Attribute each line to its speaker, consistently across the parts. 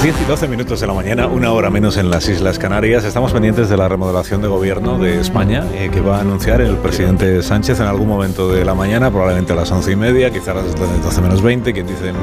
Speaker 1: 10 y 12 minutos de la mañana, una hora menos en las Islas Canarias. Estamos pendientes de la remodelación de gobierno de España eh, que va a anunciar el presidente Sánchez en algún momento de la mañana, probablemente a las 11 y media, quizás a las 12 menos 20, quien dicen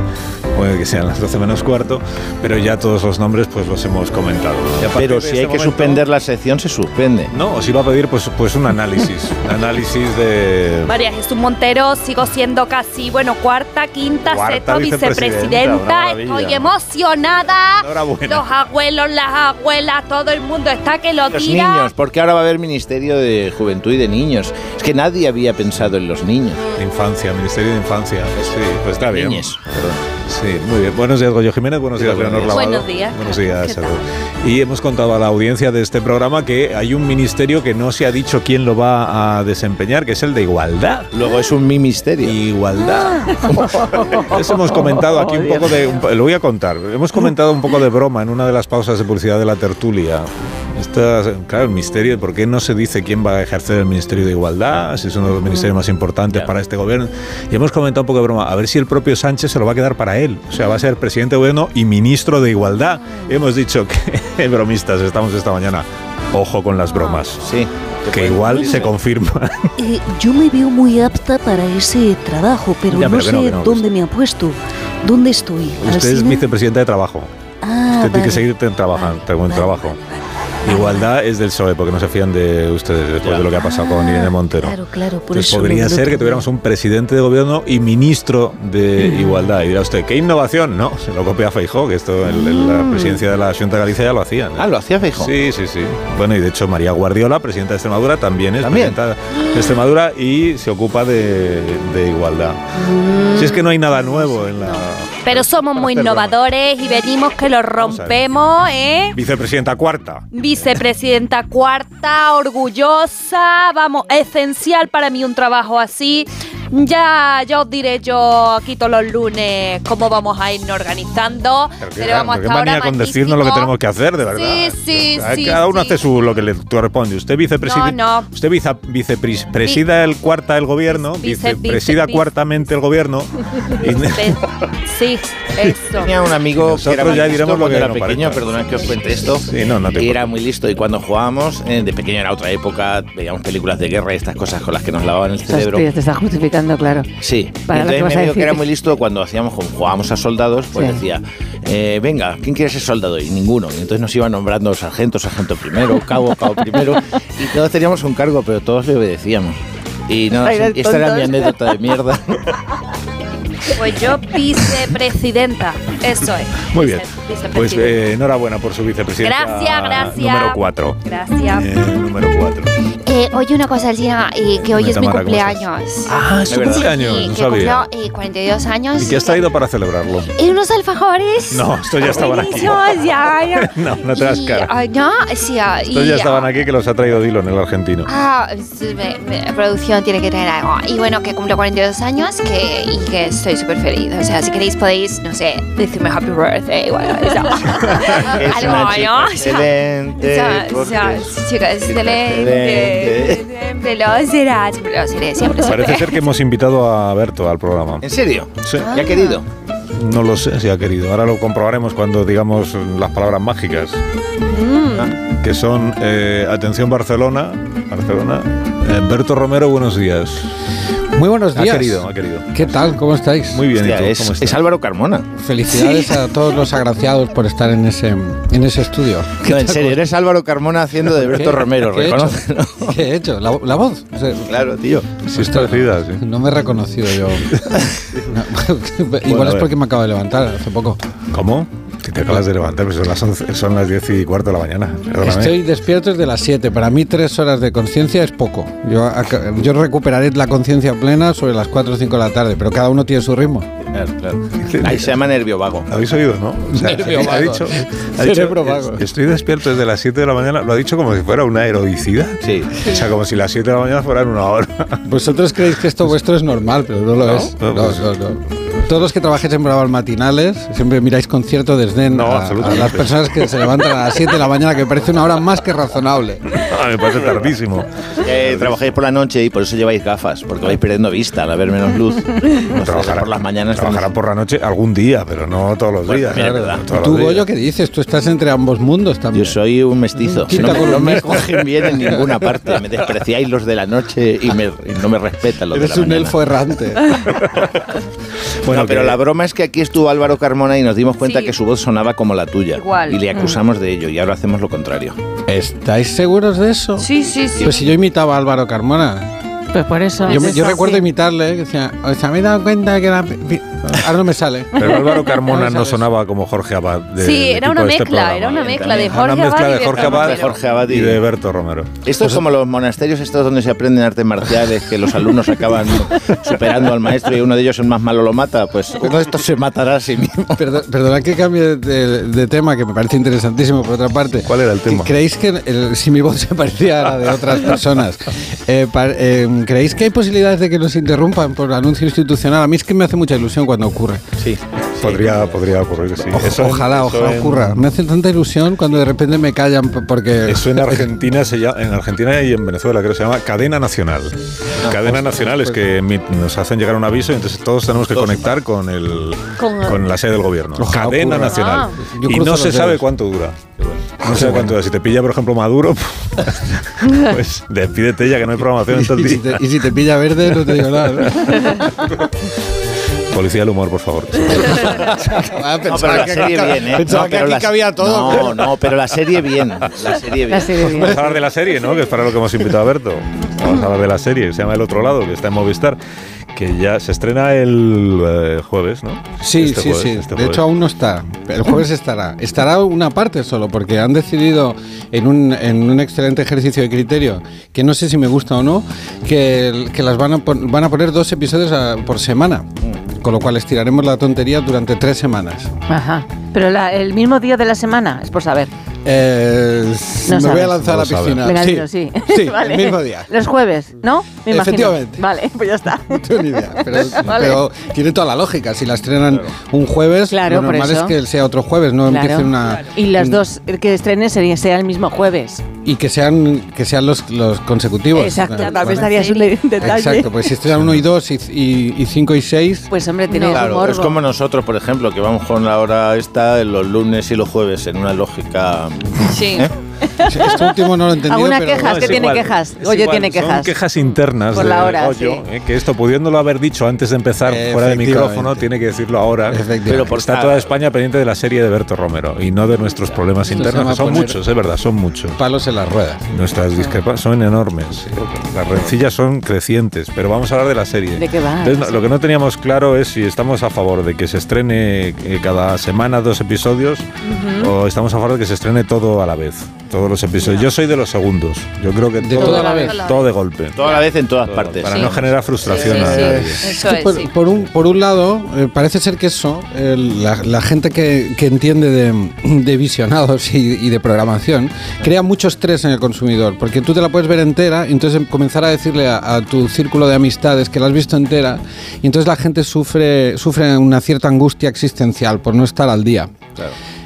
Speaker 1: puede que sean las 12 menos cuarto, pero ya todos los nombres pues los hemos comentado. Y a partir
Speaker 2: Pero
Speaker 1: de
Speaker 2: si
Speaker 1: este
Speaker 2: hay que
Speaker 1: momento-
Speaker 2: suspender la sección, se suspende.
Speaker 1: No, os iba a pedir pues, pues un análisis, un análisis de...
Speaker 3: María Jesús Montero, sigo siendo casi, bueno, cuarta, quinta,
Speaker 1: Cuarta
Speaker 3: sexta
Speaker 1: vicepresidenta, una
Speaker 3: vicepresidenta.
Speaker 1: maravilla.
Speaker 3: Estoy emocionada.
Speaker 1: Enhorabuena.
Speaker 3: Los abuelos, las abuelas, todo el mundo está que lo
Speaker 2: Los
Speaker 3: diga.
Speaker 2: niños, porque ahora va a haber Ministerio de Juventud y de Niños. Es que nadie había pensado en los niños.
Speaker 1: Infancia, Ministerio de Infancia. Sí, pues está bien.
Speaker 2: Niñes.
Speaker 1: Sí, muy bien. Buenos días, Goyo Jiménez. Buenos días,
Speaker 2: Buenos
Speaker 1: Leonor
Speaker 2: días.
Speaker 1: Lavado.
Speaker 3: Buenos días.
Speaker 1: Buenos
Speaker 3: ¿Qué
Speaker 1: días.
Speaker 3: tal?
Speaker 1: Eduardo. Y hemos contado a la audiencia de este programa que hay un ministerio que no se ha dicho quién lo va a desempeñar, que es el de Igualdad.
Speaker 2: Luego es un mi misterio.
Speaker 1: Igualdad. Eso hemos comentado aquí un poco de. un- Lo voy a contar. Hemos comentado un poco de broma en una de las pausas de publicidad de la tertulia. Estas- claro, el misterio de por qué no se dice quién va a ejercer el Ministerio de Igualdad, si es uno de los ministerios más importantes para este gobierno. Y hemos comentado un poco de broma, a ver si el propio Sánchez se lo va a quedar para él. O sea, va a ser presidente de gobierno y ministro de Igualdad. Hemos dicho que, bromistas, estamos esta mañana. Ojo con las bromas,
Speaker 2: Sí.
Speaker 1: que igual se confirma.
Speaker 4: Eh, yo me veo muy apta para ese trabajo, pero
Speaker 1: Ya,
Speaker 4: no
Speaker 1: pero que
Speaker 4: sé
Speaker 1: no, que no, que
Speaker 4: dónde me ha puesto. ¿Dónde estoy?
Speaker 1: Usted es
Speaker 4: ¿Alsina?
Speaker 1: vicepresidente de trabajo.
Speaker 4: Ah,
Speaker 1: Usted tiene que
Speaker 4: vale.
Speaker 1: seguir ten- trabajando,
Speaker 4: Vale,
Speaker 1: ten- buen
Speaker 4: vale,
Speaker 1: trabajo.
Speaker 4: vale,
Speaker 1: Igualdad es del PSOE, porque no se fían de ustedes después de lo que ha pasado con
Speaker 4: Ah,
Speaker 1: Irene Montero.
Speaker 4: Claro, claro, por
Speaker 1: Entonces
Speaker 4: eso
Speaker 1: podría
Speaker 4: lo- lo
Speaker 1: ser que
Speaker 4: tengo.
Speaker 1: tuviéramos un presidente de gobierno y ministro de
Speaker 4: Mm.
Speaker 1: Igualdad. Y dirá usted, ¿qué innovación? No, se lo copia Feijó, que esto en, en
Speaker 4: Ah.
Speaker 1: la presidencia de la Junta de Galicia ya lo hacían. ¿eh?
Speaker 2: Ah, lo hacía Feijóo.
Speaker 1: Sí, sí, sí. Bueno, y de hecho María Guardiola, presidenta de Extremadura, también es
Speaker 2: También.
Speaker 1: presidenta de Extremadura y se ocupa de, de igualdad.
Speaker 4: Mm.
Speaker 1: Si es que no hay nada nuevo en la...
Speaker 3: Pero somos muy innovadores y venimos que lo
Speaker 1: Vamos a ver.
Speaker 3: rompemos, ¿eh?
Speaker 1: Vicepresidenta cuarta.
Speaker 3: Vicepresidenta cuarta, orgullosa, vamos, esencial para mí un trabajo así. Ya, ya os diré yo aquí todos los lunes cómo vamos a irnos organizando.
Speaker 1: Pero qué,
Speaker 3: Pero vamos
Speaker 1: pero qué
Speaker 3: hasta ahora
Speaker 1: manía con decirnos lo que
Speaker 3: magnífico.
Speaker 1: tenemos que hacer, de verdad.
Speaker 3: Sí, sí,
Speaker 1: Cada-
Speaker 3: sí,
Speaker 1: Cada uno
Speaker 3: sí.
Speaker 1: hace su, lo que le corresponde. Usted vicepresidente.
Speaker 3: No, no.
Speaker 1: Usted vice- vicepresida el cuarta el gobierno,
Speaker 3: Vice-
Speaker 1: vicepresida
Speaker 3: vice-
Speaker 1: cuartamente el gobierno. y-
Speaker 3: Ve- Sí, eso.
Speaker 2: Tenía un amigo que
Speaker 1: Nosotros
Speaker 2: era muy
Speaker 1: ya
Speaker 2: listo
Speaker 1: diremos lo
Speaker 2: cuando
Speaker 1: que
Speaker 2: era
Speaker 1: nos
Speaker 2: pequeño,
Speaker 1: parezca.
Speaker 2: perdonad que os cuente esto.
Speaker 1: Sí, no, no te
Speaker 2: y era muy listo y cuando jugábamos, eh, de pequeño era otra época, veíamos películas de guerra y estas cosas con las que nos lavaban el
Speaker 5: Ostras,
Speaker 2: cerebro.
Speaker 5: tío, te estás justificando, claro.
Speaker 2: Sí,
Speaker 5: Para
Speaker 2: entonces
Speaker 5: lo que vas
Speaker 2: me
Speaker 5: a
Speaker 2: dijo que
Speaker 5: decir.
Speaker 2: era muy listo cuando hacíamos como jugábamos a soldados, pues
Speaker 5: Sí.
Speaker 2: decía, eh, venga, ¿quién quiere ser soldado? Y ninguno. Y entonces nos iban nombrando sargento, sargento primero, cabo, cabo primero. Y todos teníamos un cargo, pero todos le obedecíamos. Y no,
Speaker 5: Ay, eran
Speaker 2: y esta era mi
Speaker 5: tontos.
Speaker 2: anécdota de mierda.
Speaker 3: Pues yo vicepresidenta, eso es.
Speaker 1: Muy bien.
Speaker 3: Vice-
Speaker 1: Pues
Speaker 3: vicepresidenta.
Speaker 1: eh, enhorabuena por su vicepresidencia.
Speaker 3: gracias, gracias.
Speaker 1: Número Eh, 4.
Speaker 3: Gracias.
Speaker 1: número 4.
Speaker 6: Eh, oye, una cosa, Alcina, eh, que hoy
Speaker 1: Dime,
Speaker 6: es mi
Speaker 1: Tamara, ¿cómo
Speaker 6: cumpleaños.
Speaker 1: Ah, es
Speaker 2: De
Speaker 1: su
Speaker 2: verdad.
Speaker 1: cumpleaños,
Speaker 6: Sí,
Speaker 1: no
Speaker 6: que cumplo
Speaker 1: sabía.
Speaker 6: eh, 42 años.
Speaker 1: ¿Y qué has traído para celebrarlo?
Speaker 6: Y unos alfajores.
Speaker 1: No, esto ya estaban aquí.
Speaker 6: Buenísimos, ya, ya.
Speaker 1: No, no te das
Speaker 6: Y,
Speaker 1: cara.
Speaker 6: ah, no, sí, ah, y,
Speaker 1: Estos ya estaban
Speaker 6: ah,
Speaker 1: aquí que los ha traído Dillon, el argentino.
Speaker 6: Ah, sí, me- me- producción tiene que tener algo. Y bueno, que cumplo 42 años que, y que estoy súper feliz. O sea, si queréis podéis, no sé, decirme happy birthday o algo. eso.
Speaker 2: Es
Speaker 6: algo,
Speaker 2: una chica
Speaker 6: ¿no? O sea,
Speaker 2: excelente,
Speaker 6: O sea, o sea,
Speaker 2: porque-
Speaker 6: chica excelente. Siempre lo serás, siempre lo seré, siempre, siempre.
Speaker 1: Parece ser que hemos invitado a Berto al programa.
Speaker 2: ¿En serio?
Speaker 1: Sí.
Speaker 5: Ah.
Speaker 2: ¿Ya querido?
Speaker 1: No lo sé si ha querido. Ahora lo comprobaremos cuando digamos las palabras mágicas. Que son, eh, atención Barcelona, Barcelona. eh, Berto Romero, buenos días.
Speaker 7: Muy buenos días.
Speaker 1: Ha querido, ha querido.
Speaker 7: ¿Qué tal? ¿Cómo estáis?
Speaker 1: Muy bien,
Speaker 2: Hostia,
Speaker 1: ¿y tú?
Speaker 2: es,
Speaker 1: ¿Cómo
Speaker 2: es
Speaker 1: estás?
Speaker 2: Álvaro Carmona.
Speaker 7: Felicidades a todos los agraciados por estar en ese, en ese estudio.
Speaker 2: No, en serio, eres Álvaro Carmona haciendo de Berto
Speaker 7: ¿Qué?
Speaker 2: Romero,
Speaker 7: ¿Qué he hecho?
Speaker 2: reconócelo.
Speaker 7: ¿Qué he hecho? ¿La, la voz? O sea,
Speaker 2: Claro, tío.
Speaker 1: Sí, es parecida, sí.
Speaker 7: No me he reconocido yo. No, igual
Speaker 1: Bueno, a
Speaker 7: es
Speaker 1: ver.
Speaker 7: porque me acabo de levantar hace poco.
Speaker 1: ¿Cómo? Si te acabas de levantar, pues son las, 11 son las 10 y cuarto de la mañana. Perdóname.
Speaker 7: Estoy despierto desde las 7. Para mí, tres horas de conciencia es poco. Yo, aca- yo recuperaré la conciencia plena sobre las 4 o 5 de la tarde, pero cada uno tiene su ritmo.
Speaker 2: Claro, claro. Ahí se llama nervio vago.
Speaker 1: ¿Habéis oído, no? O sea,
Speaker 7: Nervio
Speaker 1: ha
Speaker 7: vago.
Speaker 1: dicho, ha
Speaker 7: Cerebro
Speaker 1: dicho,
Speaker 7: vago.
Speaker 1: "Es- Estoy despierto desde las 7 de la mañana. Lo ha dicho como si fuera una heroicidad.
Speaker 2: Sí.
Speaker 1: O sea, como si las 7 de la mañana fueran una hora.
Speaker 7: Vosotros creéis que esto vuestro es normal, pero no lo es.
Speaker 1: No,
Speaker 7: No,
Speaker 1: pues-
Speaker 7: no, no. Todos los que trabajáis en Brabal matinales siempre miráis concierto desde
Speaker 1: No,
Speaker 7: a,
Speaker 1: absolutamente.
Speaker 7: a las personas que se levantan a las 7 de la mañana, que parece una hora más que razonable.
Speaker 1: Me parece tardísimo.
Speaker 2: Eh, trabajáis por la noche y por eso lleváis gafas, porque vais perdiendo vista al haber menos luz. Entonces,
Speaker 1: Trabajará-
Speaker 2: por las mañanas
Speaker 1: Trabajará por la noche algún día, pero no todos los
Speaker 2: Bueno,
Speaker 1: días.
Speaker 2: mira,
Speaker 1: Claro,
Speaker 2: verdad.
Speaker 1: todos
Speaker 7: Tú,
Speaker 1: los días.
Speaker 7: Goyo, ¿qué dices? Tú estás entre ambos mundos también.
Speaker 2: Yo soy un mestizo. No
Speaker 7: Quinta
Speaker 2: me, no me
Speaker 7: columnista.
Speaker 2: cogen bien en ninguna parte. Me despreciáis los de la noche y, me- y no me respetan los
Speaker 7: Eres
Speaker 2: de la
Speaker 7: un
Speaker 2: mañana.
Speaker 7: elfo errante.
Speaker 1: Bueno,
Speaker 2: No, pero
Speaker 1: que-
Speaker 2: la broma es que aquí estuvo Álvaro Carmona y nos dimos cuenta
Speaker 3: Sí.
Speaker 2: que su voz sonaba como la tuya.
Speaker 3: Igual. Mm.
Speaker 2: Y le acusamos de ello y ahora hacemos lo contrario.
Speaker 7: ¿Estáis seguros de eso?
Speaker 6: Sí, sí, sí.
Speaker 7: Pues si yo imitaba a Álvaro Carmona.
Speaker 5: Pues por eso.
Speaker 7: Yo,
Speaker 5: es
Speaker 7: me- yo
Speaker 5: eso.
Speaker 7: recuerdo imitarle, que decía, o sea, me he dado cuenta que era... pi- pi-". Ahora no me sale.
Speaker 1: Pero Álvaro Carmona no
Speaker 7: ¿Sabes?
Speaker 1: sonaba como Jorge Abad. de-
Speaker 3: Sí,
Speaker 1: de
Speaker 3: era
Speaker 1: tipo
Speaker 3: una
Speaker 1: de este
Speaker 3: mezcla,
Speaker 1: programa.
Speaker 3: era una mezcla de
Speaker 1: Era
Speaker 3: Jorge
Speaker 1: una mezcla
Speaker 3: Abad y
Speaker 1: de Jorge
Speaker 3: Berto
Speaker 1: Abad,
Speaker 3: Romero.
Speaker 2: Jorge Abad y-
Speaker 1: y de Berto Romero.
Speaker 2: Esto es como los monasterios estos donde se aprenden artes marciales, que los alumnos acaban superando al maestro y uno de ellos el más malo lo mata, pues uno de estos se matará a sí mismo.
Speaker 7: Perdón, perdonad que cambie de, de- de tema, que me parece interesantísimo por otra parte.
Speaker 1: ¿Cuál era el tema?
Speaker 7: ¿Creéis que el- si mi voz se parecía a la de otras personas? eh, par- eh, ¿Creéis que hay posibilidades de que nos interrumpan por anuncio institucional? A mí es que me hace mucha ilusión cuando ocurre.
Speaker 2: Sí.
Speaker 1: Podría, podría ocurrir, sí. Eso en-
Speaker 7: ojalá,
Speaker 1: eso
Speaker 7: ojalá
Speaker 1: en-
Speaker 7: ocurra. Me hace tanta ilusión cuando de repente me callan p- porque...
Speaker 1: Eso en Argentina, se llama- en Argentina y en Venezuela creo que se llama cadena nacional. cadena
Speaker 7: pues,
Speaker 1: nacional es que mi- nos hacen llegar un aviso y entonces todos tenemos que conectar con el
Speaker 3: Con-
Speaker 1: con la sede del gobierno.
Speaker 7: Ojalá
Speaker 1: cadena
Speaker 7: ocurra.
Speaker 1: nacional.
Speaker 7: Ah. Yo
Speaker 1: Y
Speaker 7: cruzo
Speaker 1: no
Speaker 7: los
Speaker 1: se sabe
Speaker 7: dedos.
Speaker 1: cuánto dura. No se sabe cuánto dura. Si te pilla, por ejemplo, Maduro, pues despídete ya que no hay programación en todo el
Speaker 7: Y si,
Speaker 1: día.
Speaker 7: te, y si te pilla verde, no te digo nada. ¿no?
Speaker 1: Policía del humor, por favor.
Speaker 7: Ah,
Speaker 2: No,
Speaker 7: pensaba
Speaker 2: pero la
Speaker 7: que
Speaker 2: serie
Speaker 7: acá-
Speaker 2: bien, ¿eh?
Speaker 7: pensaba
Speaker 2: No,
Speaker 7: que
Speaker 2: pero
Speaker 7: aquí
Speaker 2: la-
Speaker 7: cabía todo.
Speaker 2: No, no, pero la serie bien. La serie bien.
Speaker 5: La serie bien.
Speaker 1: Vamos a hablar de la serie, ¿no? Que es para lo que hemos invitado a Berto. Vamos a hablar de la serie, que se llama El Otro Lado, que está en Movistar, que ya se estrena el eh, jueves, ¿no?
Speaker 7: Sí,
Speaker 1: Este
Speaker 7: sí,
Speaker 1: jueves,
Speaker 7: sí.
Speaker 1: este
Speaker 7: de
Speaker 1: jueves.
Speaker 7: hecho, aún no está. El jueves estará. Estará una parte solo, porque han decidido, en un, en un excelente ejercicio de criterio, que no sé si me gusta o no, que, el- que las van a, pon- van a poner dos episodios a- por semana. Con lo cual estiraremos la tontería durante tres semanas.
Speaker 5: Ajá. Pero la- el mismo día de la semana, es por saber.
Speaker 7: Eh, me voy
Speaker 5: sabes.
Speaker 7: a lanzar
Speaker 1: No
Speaker 7: a la
Speaker 1: sabes.
Speaker 7: piscina.
Speaker 5: Venga, dilo, sí.
Speaker 7: Ah, Sí,
Speaker 5: Vale.
Speaker 7: el mismo día.
Speaker 5: Los jueves, ¿no? Me imagino.
Speaker 7: Efectivamente.
Speaker 5: Vale, pues ya está.
Speaker 7: No tengo ni idea, pero,
Speaker 5: Vale.
Speaker 7: pero tiene toda la lógica. Si la estrenan un jueves,
Speaker 5: Claro,
Speaker 7: lo
Speaker 5: por
Speaker 7: normal es
Speaker 5: eso.
Speaker 7: que sea otro jueves, no empiece una.
Speaker 5: Y las dos que estrenen sería, sea el mismo jueves.
Speaker 7: Y que sean, que sean los, los consecutivos.
Speaker 5: Exacto,
Speaker 7: Vale.
Speaker 5: también estarías un de- detalle.
Speaker 7: Exacto, pues si estrenan uno y dos y, y, y cinco y seis.
Speaker 5: Pues hombre, tiene un
Speaker 2: Claro,
Speaker 5: morbo.
Speaker 2: es como nosotros, por ejemplo, que vamos con la hora esta los lunes y los jueves en una lógica.
Speaker 6: Sí.
Speaker 7: Este último no lo he entendido.
Speaker 5: ¿Alguna
Speaker 7: pero-
Speaker 5: queja? Quejas, que
Speaker 1: es
Speaker 5: tiene
Speaker 1: igual,
Speaker 5: quejas.
Speaker 1: es
Speaker 5: Goyo
Speaker 1: igual,
Speaker 5: tiene
Speaker 1: Son
Speaker 5: quejas.
Speaker 1: quejas internas
Speaker 5: Por
Speaker 1: de
Speaker 5: la hora,
Speaker 1: Goyo,
Speaker 5: sí.
Speaker 1: eh, que esto pudiéndolo haber dicho antes de empezar fuera de micrófono,
Speaker 7: Efectivamente.
Speaker 1: tiene que decirlo ahora.
Speaker 7: Efectivamente.
Speaker 2: Pero por-
Speaker 1: Está toda España pendiente de la serie de Berto Romero y no de nuestros problemas
Speaker 7: Esto se
Speaker 1: internos,
Speaker 7: llama
Speaker 1: que son
Speaker 7: poner-
Speaker 1: muchos, es verdad, son muchos.
Speaker 7: Palos en las ruedas.
Speaker 1: Nuestras discrepancias son enormes. Las rencillas son crecientes, pero vamos a hablar de la serie.
Speaker 5: ¿De qué va?
Speaker 1: Entonces, no- lo que no teníamos claro es si estamos a favor de que se estrene eh, cada semana dos episodios o estamos a favor de que se estrene todo a la vez. Todos los episodios. Yo soy de los segundos. Yo creo que
Speaker 7: De
Speaker 1: todo,
Speaker 7: toda la vez.
Speaker 1: todo de golpe.
Speaker 2: Toda la vez en todas
Speaker 1: Todo,
Speaker 2: partes.
Speaker 1: Para
Speaker 6: Sí.
Speaker 1: no generar frustración
Speaker 6: Sí,
Speaker 1: a
Speaker 6: sí,
Speaker 1: nadie.
Speaker 6: Eso
Speaker 7: Sí,
Speaker 6: es,
Speaker 7: por,
Speaker 6: sí.
Speaker 7: por un, por un lado, eh, parece ser que eso, eh, la, la gente que, que entiende de, de visionados y, y de programación, crea mucho estrés en el consumidor, porque tú te la puedes ver entera, y entonces em- comenzar a decirle a, a tu círculo de amistades que la has visto entera, y entonces la gente sufre, sufre una cierta angustia existencial por no estar al día.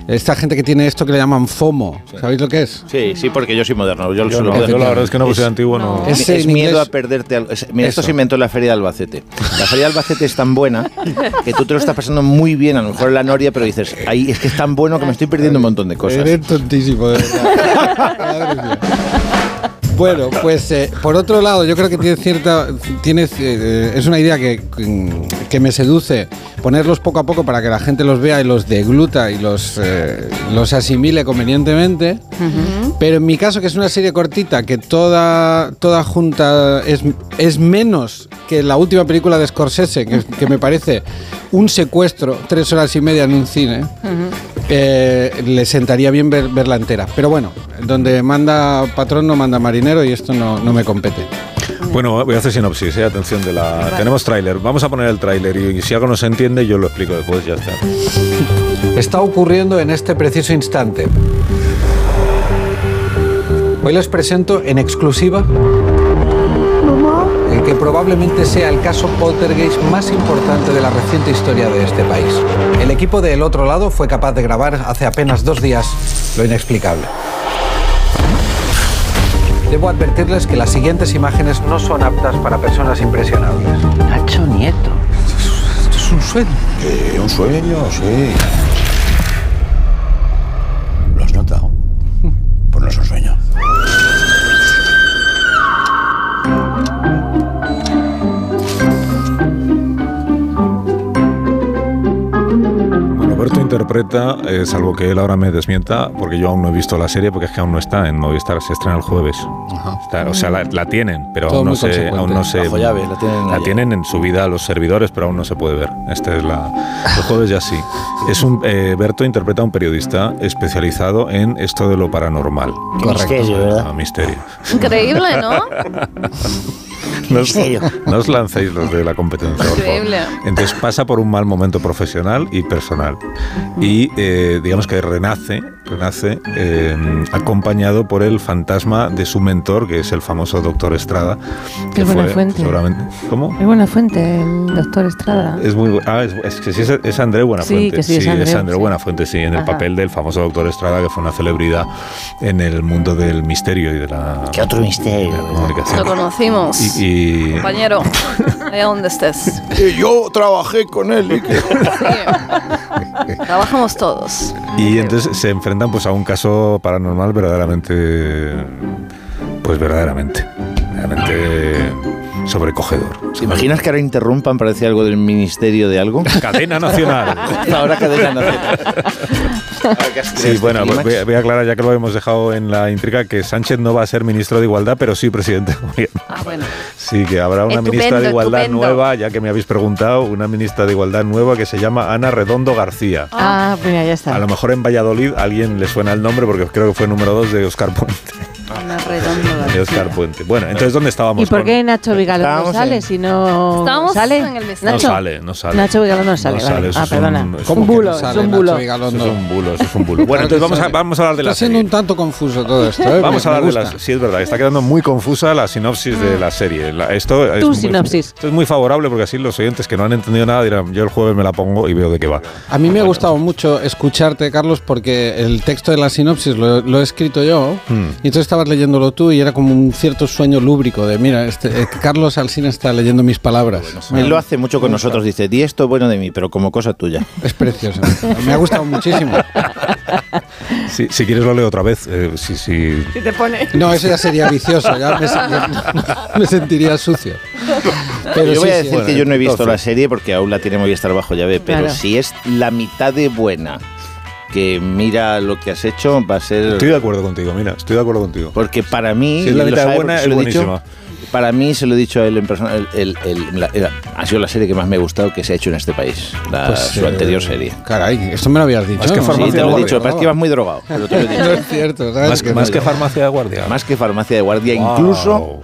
Speaker 7: Esta gente que tiene esto que le llaman FOMO, ¿sabéis lo que es?
Speaker 2: Sí, sí, porque yo soy moderno. Yo,
Speaker 1: Yo,
Speaker 2: soy
Speaker 1: no,
Speaker 2: moderno.
Speaker 1: yo la verdad es que no, pues soy
Speaker 2: Es-
Speaker 1: antiguo, no.
Speaker 7: Es-
Speaker 2: Es,
Speaker 7: en
Speaker 2: miedo
Speaker 7: inglés-
Speaker 2: a perderte algo. Es- mira, esto
Speaker 7: Eso.
Speaker 2: se inventó en la Feria de Albacete. La Feria de Albacete es tan buena que tú te lo estás pasando muy bien, a lo mejor en la Noria, pero dices, ahí es que es tan bueno que me estoy perdiendo un montón de cosas.
Speaker 7: Eres tontísimo, de verdad. Madre mía. Bueno, pues eh, por otro lado, yo creo que tiene cierta. Tiene, eh, es una idea que, que me seduce ponerlos poco a poco para que la gente los vea y los degluta y los, eh, los asimile convenientemente. Pero en mi caso, que es una serie cortita, que toda, toda junta es, es menos que la última película de Scorsese, que, que me parece un secuestro, tres horas y media en un cine, eh, le sentaría bien ver- verla entera. Pero bueno, donde manda patrón no manda marinero y esto no, no me compete.
Speaker 1: Bueno, voy a hacer sinopsis, eh, atención de la. Tenemos tráiler. Vamos a poner el tráiler y si algo no se entiende yo lo explico después ya está.
Speaker 8: está ocurriendo en este preciso instante. Hoy les presento en exclusiva el que probablemente sea el caso poltergeist más importante de la reciente historia de este país. El equipo del otro lado fue capaz de grabar hace apenas dos días lo inexplicable. Debo advertirles que las siguientes imágenes no son aptas para personas impresionables.
Speaker 5: Nacho Nieto.
Speaker 8: Esto es un sueño.
Speaker 9: Eh, un sueño, sí. ¿Lo has notado? Pues no es un sueño.
Speaker 1: Bueno, Berto interpreta, eh, salvo que él ahora me desmienta, porque yo aún no he visto la serie, porque es que aún no está en Movistar, se estrena el jueves. Está- o sea, la, la tienen, pero
Speaker 7: Todo
Speaker 1: aún no,
Speaker 7: muy
Speaker 1: se,
Speaker 7: consecuente.
Speaker 1: aún no se.
Speaker 2: Bajo llave, la tienen allá.
Speaker 1: en su vida los servidores, pero aún no se puede ver. Este es la. El jueves ya sí. Es un, eh, Berto interpreta a un periodista especializado en esto de lo paranormal.
Speaker 7: Correcto.
Speaker 2: Misterio,
Speaker 1: Ah,
Speaker 2: ¿verdad?
Speaker 1: misterio.
Speaker 6: Increíble, ¿no?
Speaker 1: No os,
Speaker 2: Misterio.
Speaker 1: no os lancéis los de la competencia. por favor.
Speaker 6: Increíble.
Speaker 1: Entonces pasa por un mal momento profesional y personal. Y eh, digamos que renace, renace eh, acompañado por el fantasma de su mentor, que es el famoso doctor Estrada.
Speaker 5: Qué buena fuente.
Speaker 1: Seguramente. ¿Cómo?
Speaker 5: Es buena fuente, el doctor Estrada.
Speaker 7: Eh,
Speaker 1: Es muy bu- ah, es, es que sí es, es André Buenafuente.
Speaker 5: Sí, que sí, es Andreu, sí.
Speaker 1: Buenafuente, sí, en el
Speaker 5: Ajá.
Speaker 1: papel del famoso doctor Estrada, que fue una celebridad en el mundo del misterio y de la,
Speaker 2: ¿Qué otro misterio?
Speaker 1: de la
Speaker 2: verdad?
Speaker 1: comunicación.
Speaker 6: Lo conocimos.
Speaker 1: Y- y,
Speaker 6: Compañero, allá donde estés.
Speaker 9: Y yo trabajé con él. y que-
Speaker 6: Sí. Trabajamos todos.
Speaker 1: Y entonces se enfrentan pues a un caso paranormal verdaderamente pues verdaderamente verdaderamente sobrecogedor.
Speaker 2: ¿Te imaginas que ahora interrumpan para decir algo del ministerio de algo?
Speaker 1: Cadena nacional.
Speaker 2: Ahora cadena nacional.
Speaker 9: este
Speaker 1: Sí, bueno,
Speaker 6: Este
Speaker 1: pues voy, a- voy a aclarar ya que lo hemos dejado en la intriga que Sánchez no va a ser ministro de Igualdad, pero sí presidente del gobierno.
Speaker 6: Ah, bueno.
Speaker 1: Sí, que habrá una ministra
Speaker 6: Estupendo,
Speaker 1: de Igualdad
Speaker 6: estupendo.
Speaker 1: nueva, ya que me habéis preguntado, una ministra de Igualdad nueva que se llama Ana Redondo García.
Speaker 5: Ah, mira, ya está.
Speaker 1: A lo mejor en Valladolid a alguien le suena el nombre porque creo que fue número 2 de Oscar Puente. De Oscar Puente. Bueno, entonces ¿dónde estábamos?
Speaker 5: ¿Y por
Speaker 1: con-
Speaker 5: qué Nacho Vigalo no
Speaker 2: Estábamos
Speaker 5: sale
Speaker 2: en-
Speaker 5: si no
Speaker 6: Estábamos
Speaker 5: sale?
Speaker 6: en el mes-
Speaker 5: Nacho,
Speaker 1: No sale, no sale.
Speaker 5: Nacho Vigalo no sale. vale.
Speaker 1: eso
Speaker 5: Ah,
Speaker 1: es un-
Speaker 5: perdona.
Speaker 1: eso es
Speaker 5: un
Speaker 1: que no
Speaker 5: bulo,
Speaker 1: sale,
Speaker 5: es un bulo.
Speaker 7: Nacho Vigalondo?
Speaker 1: Eso es un bulo, eso es un bulo. Bueno,
Speaker 7: Claro que
Speaker 1: entonces vamos a,
Speaker 7: sale.
Speaker 1: vamos a hablar de la
Speaker 7: Está siendo
Speaker 1: serie.
Speaker 7: un tanto confuso todo esto. ¿eh?
Speaker 1: Vamos a
Speaker 7: Me
Speaker 1: hablar de
Speaker 7: gusta.
Speaker 1: las. Sí, es verdad, está quedando muy confusa la sinopsis de la serie. La- esto es
Speaker 5: Ah. Tu
Speaker 1: muy,
Speaker 5: sinopsis.
Speaker 1: Esto es muy favorable porque así los oyentes que no han entendido nada dirán: Yo el jueves me la pongo y veo de qué va.
Speaker 7: A mí me ha gustado mucho escucharte, Carlos, porque el texto de la sinopsis lo, lo he escrito yo,
Speaker 1: Hmm.
Speaker 7: y entonces estabas leyéndolo tú y era como un cierto sueño lúbrico de, mira, este, eh, Carlos Alsina está leyendo mis palabras.
Speaker 2: Él lo hace mucho con nosotros, dice, di esto bueno de mí, pero como cosa tuya.
Speaker 7: Es precioso. Me ha gustado muchísimo.
Speaker 1: Si, si quieres, lo leo otra vez. eh, si, si-
Speaker 7: No, eso ya sería vicioso, ya me, sen- me sentiría sucio. Pero
Speaker 2: yo
Speaker 7: sí,
Speaker 2: voy a
Speaker 7: sí,
Speaker 2: decir
Speaker 7: bueno,
Speaker 2: que yo no he visto
Speaker 7: entonces,
Speaker 2: la serie porque aún la tiene Movistar bajo llave, pero
Speaker 5: Claro.
Speaker 2: si es la mitad de buena que mira lo que has hecho, va a ser...
Speaker 1: Estoy de acuerdo contigo, mira, estoy de acuerdo contigo.
Speaker 2: Porque para mí...
Speaker 1: Si es la
Speaker 2: lo
Speaker 1: mitad
Speaker 2: sabe
Speaker 1: buena,
Speaker 2: porque se
Speaker 1: es
Speaker 2: lo he dicho,
Speaker 1: buenísima.
Speaker 2: Para mí, se lo he dicho a él en persona, el- el- el- la- era- ha sido la serie que más me ha gustado que se ha hecho en este país, la,
Speaker 7: pues,
Speaker 2: su
Speaker 7: eh,
Speaker 2: anterior serie.
Speaker 7: Caray, esto me lo habías dicho.
Speaker 1: Es que
Speaker 7: ¿no?
Speaker 1: farmacia
Speaker 2: Sí, te lo he
Speaker 1: guardia,
Speaker 2: dicho, parece que vas muy drogado, pero te lo he dicho.
Speaker 7: No es cierto, ¿sabes?
Speaker 1: Más,
Speaker 7: Pues, Que-
Speaker 1: más que farmacia de guardia.
Speaker 2: Más que farmacia de guardia,
Speaker 1: Wow.
Speaker 2: incluso...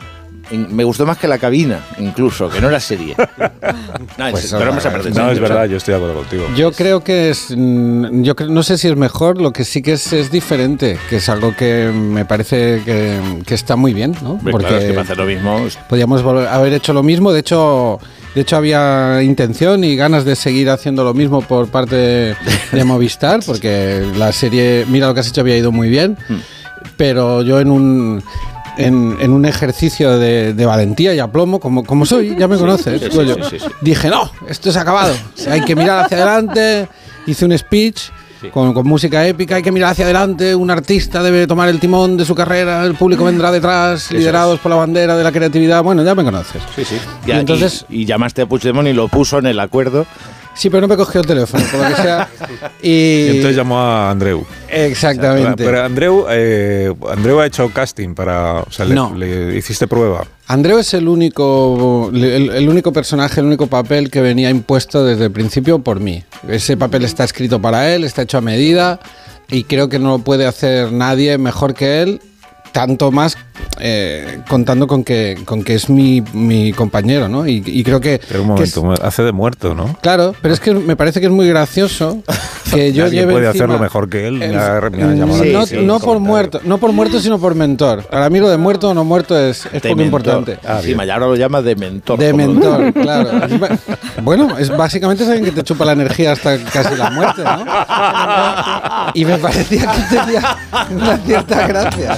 Speaker 2: en- me gustó más que la cabina, incluso, que no la serie. No, en
Speaker 7: Pues
Speaker 2: serio, pero
Speaker 7: ahora,
Speaker 2: vamos a perder
Speaker 1: No, es
Speaker 2: tiempo,
Speaker 1: verdad, yo estoy de acuerdo contigo.
Speaker 7: Yo creo que es. mm, Yo creo- no sé si es mejor, lo que sí que es, es diferente, que es algo que me parece que, que está muy bien, ¿no?
Speaker 2: Hombre, claro, es que para hacer lo mismo.
Speaker 7: podíamos volver- haber hecho lo mismo, de hecho. De hecho, había intención y ganas de seguir haciendo lo mismo por parte de, de Movistar, porque la serie, mira lo que has hecho, había ido muy bien,
Speaker 2: Mm.
Speaker 7: pero yo en un, en, en un ejercicio de, de valentía y aplomo, como, como soy, ya me conoces,
Speaker 2: sí, sí,
Speaker 7: Goyo,
Speaker 2: sí, sí, sí.
Speaker 7: dije, no, esto es acabado, hay que mirar hacia adelante, hice un speech. Con, con música épica, hay que mirar hacia adelante, un artista debe tomar el timón de su carrera, el público vendrá detrás, liderados por la bandera de la creatividad, bueno, ya me conoces.
Speaker 2: Ya,
Speaker 7: Y entonces-
Speaker 2: y, y llamaste a Puigdemont y lo puso en el acuerdo.
Speaker 7: Sí, pero no me cogió el teléfono, por lo que sea. Y,
Speaker 1: Entonces llamó a Andreu.
Speaker 7: Exactamente.
Speaker 1: Pero Andreu, eh, Andreu ha hecho casting para. O sea, le,
Speaker 7: No.
Speaker 1: le hiciste prueba.
Speaker 7: Andreu es el único, el, el único personaje, el único papel que venía impuesto desde el principio por mí. Ese papel está escrito para él, está hecho a medida y creo que no lo puede hacer nadie mejor que él, tanto más eh, contando con que, con que es mi, mi compañero, ¿no? Y, y creo que...
Speaker 1: Pero un
Speaker 7: que es-
Speaker 1: momento, hace de muerto, ¿no?
Speaker 7: Claro, pero es que me parece que es muy gracioso que yo
Speaker 1: Nadie
Speaker 7: lleve
Speaker 1: puede
Speaker 7: encima-
Speaker 1: hacerlo mejor que él.
Speaker 7: el- Mm,
Speaker 1: me ha- me ha llamado la
Speaker 2: Sí,
Speaker 7: no,
Speaker 1: atención el
Speaker 7: no por
Speaker 1: comentario.
Speaker 7: muerto, no por muerto, sino por mentor. Para mí lo de muerto o no muerto es, es poco importante.
Speaker 1: Ah,
Speaker 2: Encima,
Speaker 1: bien.
Speaker 2: y ahora lo llamas de mentor.
Speaker 7: De
Speaker 2: como lo-
Speaker 7: mentor, claro. Bueno, es, básicamente es alguien que te chupa la energía hasta casi la muerte, ¿no? Y me parecía que tenía una cierta gracia.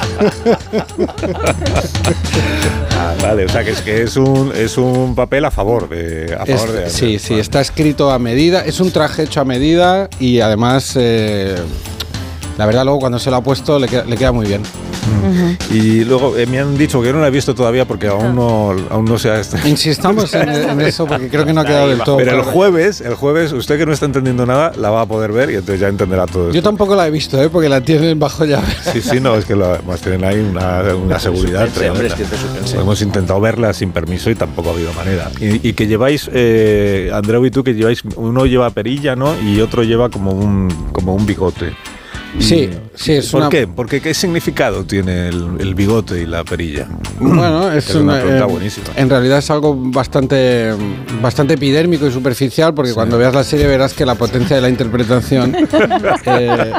Speaker 1: Ah, vale, o sea, que es, que es, un, es un papel a favor de. A favor
Speaker 7: Es-
Speaker 1: de Andreu.
Speaker 7: sí, sí, está escrito a medida. Es un traje hecho a medida y además, eh, la verdad, luego cuando se lo ha puesto le queda, le queda muy bien.
Speaker 1: Y luego eh, me han dicho que yo no la he visto todavía porque aún no, aún no se ha estrenado.
Speaker 7: Insistamos en, en eso porque creo que no ha quedado del todo.
Speaker 1: Pero el
Speaker 7: claro.
Speaker 1: jueves, el jueves, usted que no está entendiendo nada, la va a poder ver y entonces ya entenderá todo
Speaker 7: Yo
Speaker 1: esto.
Speaker 7: tampoco la he visto, ¿eh? porque la tienen bajo llave.
Speaker 1: Sí, sí, no, es que la, más tienen ahí una, una seguridad
Speaker 2: suspense, hombre, es
Speaker 1: tremenda.
Speaker 2: que te suspense.
Speaker 1: Hemos intentado verla sin permiso y tampoco ha habido manera. Y, y que lleváis, eh, Andreu y tú, que lleváis, uno lleva perilla, ¿no? Y otro lleva como un, como un bigote. Y-
Speaker 7: Sí, sí, es
Speaker 1: Mm. ¿Por
Speaker 7: una-
Speaker 1: qué? Porque ¿qué significado tiene el, el bigote y la perilla?
Speaker 7: Bueno, es
Speaker 1: Pero Mm. una pregunta
Speaker 7: eh,
Speaker 1: buenísima.
Speaker 7: En realidad es algo bastante, bastante epidérmico y superficial, porque cuando veas la serie verás que la potencia de la interpretación eh,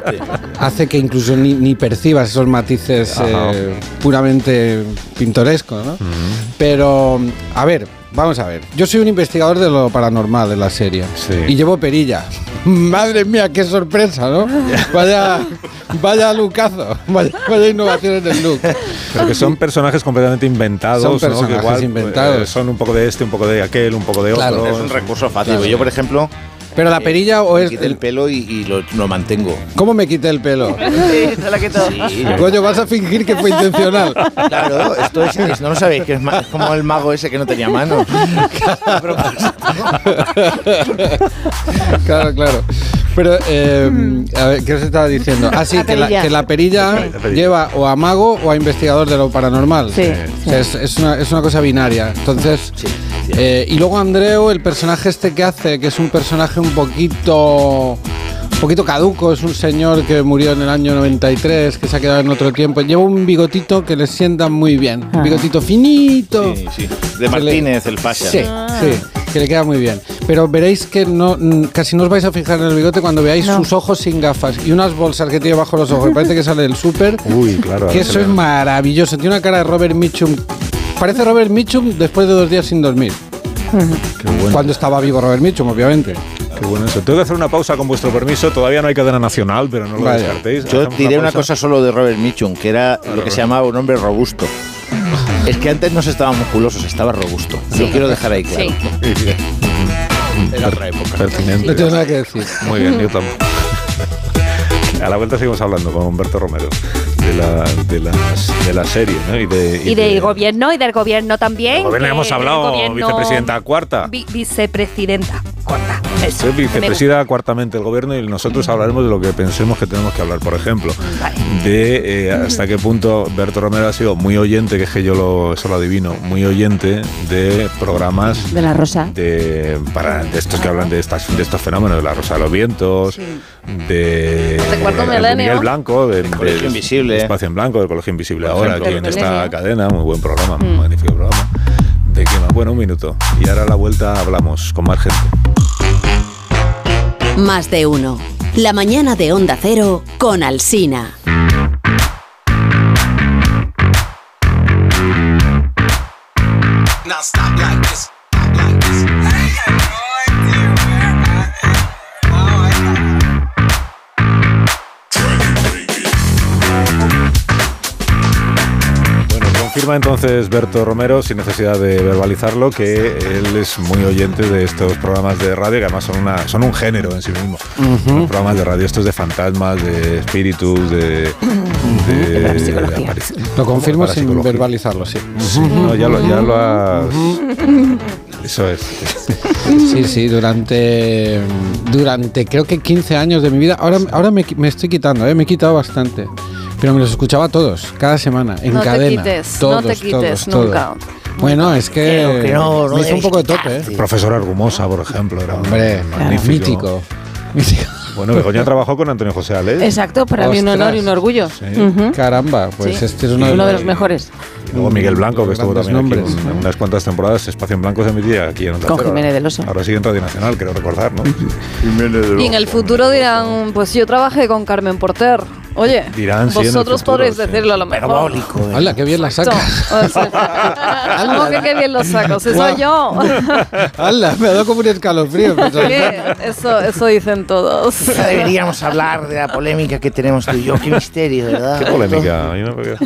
Speaker 7: hace que incluso ni, ni percibas esos matices
Speaker 1: Ajá.
Speaker 7: eh, puramente pintorescos. ¿no?
Speaker 1: Mm.
Speaker 7: Pero, a ver, vamos a ver. Yo soy un investigador de lo paranormal de la serie
Speaker 1: Sí.
Speaker 7: y llevo perilla. Madre mía, qué sorpresa, ¿no? Vaya, vaya lucazo, vaya, vaya innovación en el look.
Speaker 1: Pero que son personajes completamente inventados,
Speaker 7: Ah, Son
Speaker 1: ¿no? Que
Speaker 7: personajes inventados.
Speaker 1: eh, son un poco de este, un poco de aquel, un poco de otro.
Speaker 7: Claro,
Speaker 2: Es un recurso fácil.
Speaker 7: Oh, Claro.
Speaker 2: Yo, por ejemplo,
Speaker 7: Pero la perilla o
Speaker 2: Eh, me
Speaker 7: es
Speaker 2: quité el pelo y, y lo, lo mantengo.
Speaker 7: ¿Cómo me quité el pelo?
Speaker 5: Sí, se lo quitó.
Speaker 2: Sí,
Speaker 7: Coño, vas a fingir que fue intencional.
Speaker 2: Claro, esto es, es- no lo sabéis, que es, ma- es como el mago ese que no tenía mano.
Speaker 7: Claro, claro. Pero, eh, a ver, ¿qué os estaba diciendo? Ah, sí,
Speaker 5: La
Speaker 7: que la,
Speaker 5: perilla.
Speaker 7: que la perilla
Speaker 1: perilla.
Speaker 7: lleva o a mago o a investigador de lo paranormal.
Speaker 5: Sí,
Speaker 7: O sea, es, es una, es una cosa binaria. Entonces, eh, y luego Andreu, el personaje este que hace, que es un personaje un poquito... Un poquito caduco, es un señor que murió en el año 93, que se ha quedado en otro tiempo. Lleva un bigotito que le sienta muy bien. Un
Speaker 5: Ah.
Speaker 7: bigotito finito.
Speaker 2: Sí, sí. De Martínez, el pasha.
Speaker 7: Sí, sí, que le queda muy bien. Pero veréis que no, mm, casi no os vais a fijar en el bigote cuando veáis
Speaker 5: No.
Speaker 7: sus ojos sin gafas y unas bolsas que tiene bajo los ojos. que Parece que sale del súper.
Speaker 1: Uy, Uh, claro. ahora
Speaker 7: Que
Speaker 1: se
Speaker 7: eso
Speaker 1: le-
Speaker 7: es maravilloso. Tiene una cara de Robert Mitchum. Parece Robert Mitchum después de dos días sin dormir.
Speaker 1: Qué bueno.
Speaker 7: Cuando estaba vivo Robert Mitchum, obviamente.
Speaker 1: Qué bueno eso. Tengo que hacer una pausa con vuestro permiso. Todavía no hay cadena nacional, pero no lo
Speaker 7: Vaya.
Speaker 1: descartéis.
Speaker 2: Yo
Speaker 1: Hacemos
Speaker 2: diré una
Speaker 1: pausa.
Speaker 2: cosa solo de Robert Mitchum, que era lo que se llamaba un hombre robusto. Es que antes no se estaba musculoso, se estaba robusto. Lo quiero dejar ahí claro. Era otra época.
Speaker 7: No
Speaker 1: Pertinente.
Speaker 7: tengo nada que decir.
Speaker 1: Muy bien, yo tampoco. A la vuelta seguimos hablando con Humberto Romero de la, de las- de la serie ¿no? y de,
Speaker 3: Y del gobierno, y del gobierno también.
Speaker 1: Gobierno
Speaker 3: que
Speaker 1: hemos
Speaker 3: del
Speaker 1: hablado,
Speaker 3: gobierno-
Speaker 1: vicepresidenta cuarta.
Speaker 3: Vi- vicepresidenta cuarta. Eso.
Speaker 1: Soy vicepresida cuartamente del gobierno y nosotros hablaremos de lo que pensemos que tenemos que hablar. Por ejemplo, de eh, hasta qué punto Berto Romero ha sido muy oyente, que es que yo lo, eso lo adivino, muy oyente de programas
Speaker 5: De la rosa.
Speaker 1: de, para, de estos que hablan de, estas, de estos fenómenos, de la Rosa de los Vientos, de,
Speaker 5: Este
Speaker 3: Recuerdo
Speaker 1: de
Speaker 3: Milenio.
Speaker 1: Miguel Blanco, de,
Speaker 2: Colegio
Speaker 1: de-
Speaker 2: Invisible.
Speaker 1: de Espacio en Blanco, del Colegio Invisible
Speaker 2: Por
Speaker 1: ahora,
Speaker 2: ejemplo.
Speaker 1: aquí en
Speaker 3: Del
Speaker 1: esta
Speaker 3: Milenio.
Speaker 1: cadena, muy buen programa,
Speaker 5: Mm.
Speaker 1: un magnífico programa. ¿De qué más? Bueno, un minuto. Y ahora a la vuelta hablamos con más gente.
Speaker 4: Más de uno. La mañana de Onda Cero con Alsina.
Speaker 1: Bueno, con Afirma entonces Berto Romero, sin necesidad de verbalizarlo, que él es muy oyente de estos programas de radio, que además son, una, son un género en sí mismo. Los programas de radio estos de fantasmas, de espíritus, de... de-
Speaker 10: la psicología.
Speaker 1: aparici-
Speaker 7: Lo confirmo
Speaker 1: para
Speaker 7: sin
Speaker 1: psicología.
Speaker 7: verbalizarlo, sí.
Speaker 1: Sí, no, ya lo, ya lo has... Eso es.
Speaker 7: Sí, sí, durante, durante creo que 15 años de mi vida. Ahora, ahora me, qui- me estoy quitando, ¿eh? me he quitado bastante. Pero me los escuchaba todos, cada semana, en
Speaker 5: No te
Speaker 7: cadena.
Speaker 5: quites, no
Speaker 7: todos,
Speaker 5: te quites,
Speaker 7: todos,
Speaker 5: nunca.
Speaker 7: todos. Bueno, es que,
Speaker 2: Creo que no, no
Speaker 7: me hizo un
Speaker 2: debes
Speaker 7: poco de tope, ¿eh?
Speaker 1: Profesor Argumosa, por ejemplo, era un
Speaker 7: Hombre,
Speaker 1: magnífico.
Speaker 7: mítico. mítico.
Speaker 1: Bueno, Begoña trabajó con Antonio José Ale.
Speaker 10: Exacto, para mí un
Speaker 7: Ostras.
Speaker 10: honor y un orgullo.
Speaker 1: Sí.
Speaker 10: Ujú.
Speaker 7: Caramba, pues
Speaker 10: Sí.
Speaker 7: este es uno,
Speaker 10: Uno de los mejores.
Speaker 1: Y Luego Miguel Blanco, que estuvo
Speaker 7: Mm, Grandes
Speaker 1: también aquí
Speaker 7: nombres.
Speaker 1: un- unas cuantas temporadas, Espacio en Blanco se emitía aquí en Onda
Speaker 10: Con
Speaker 1: Cero.
Speaker 10: Jiménez del Oso.
Speaker 1: Ahora sigue en Radio Nacional, creo recordar, ¿no?
Speaker 5: Y en el futuro dirán, pues yo trabajé con Carmen Porter. Oye,
Speaker 1: Dirán, sí, en el
Speaker 5: vosotros
Speaker 1: futuro,
Speaker 5: podréis
Speaker 1: sí.
Speaker 5: decirlo a lo mejor.
Speaker 2: Parabólico. eh.
Speaker 7: Hola, qué bien la
Speaker 5: No,
Speaker 7: sacas.
Speaker 5: o sea, no, que qué bien lo saco, si soy yo.
Speaker 7: Hala, me ha dado como un escalofrío. pensar-
Speaker 5: ¿Qué? Eso, eso dicen todos.
Speaker 2: Ya Deberíamos hablar de la polémica que tenemos tú y yo. Qué misterio, ¿verdad?
Speaker 1: Qué polémica. a mí me parece.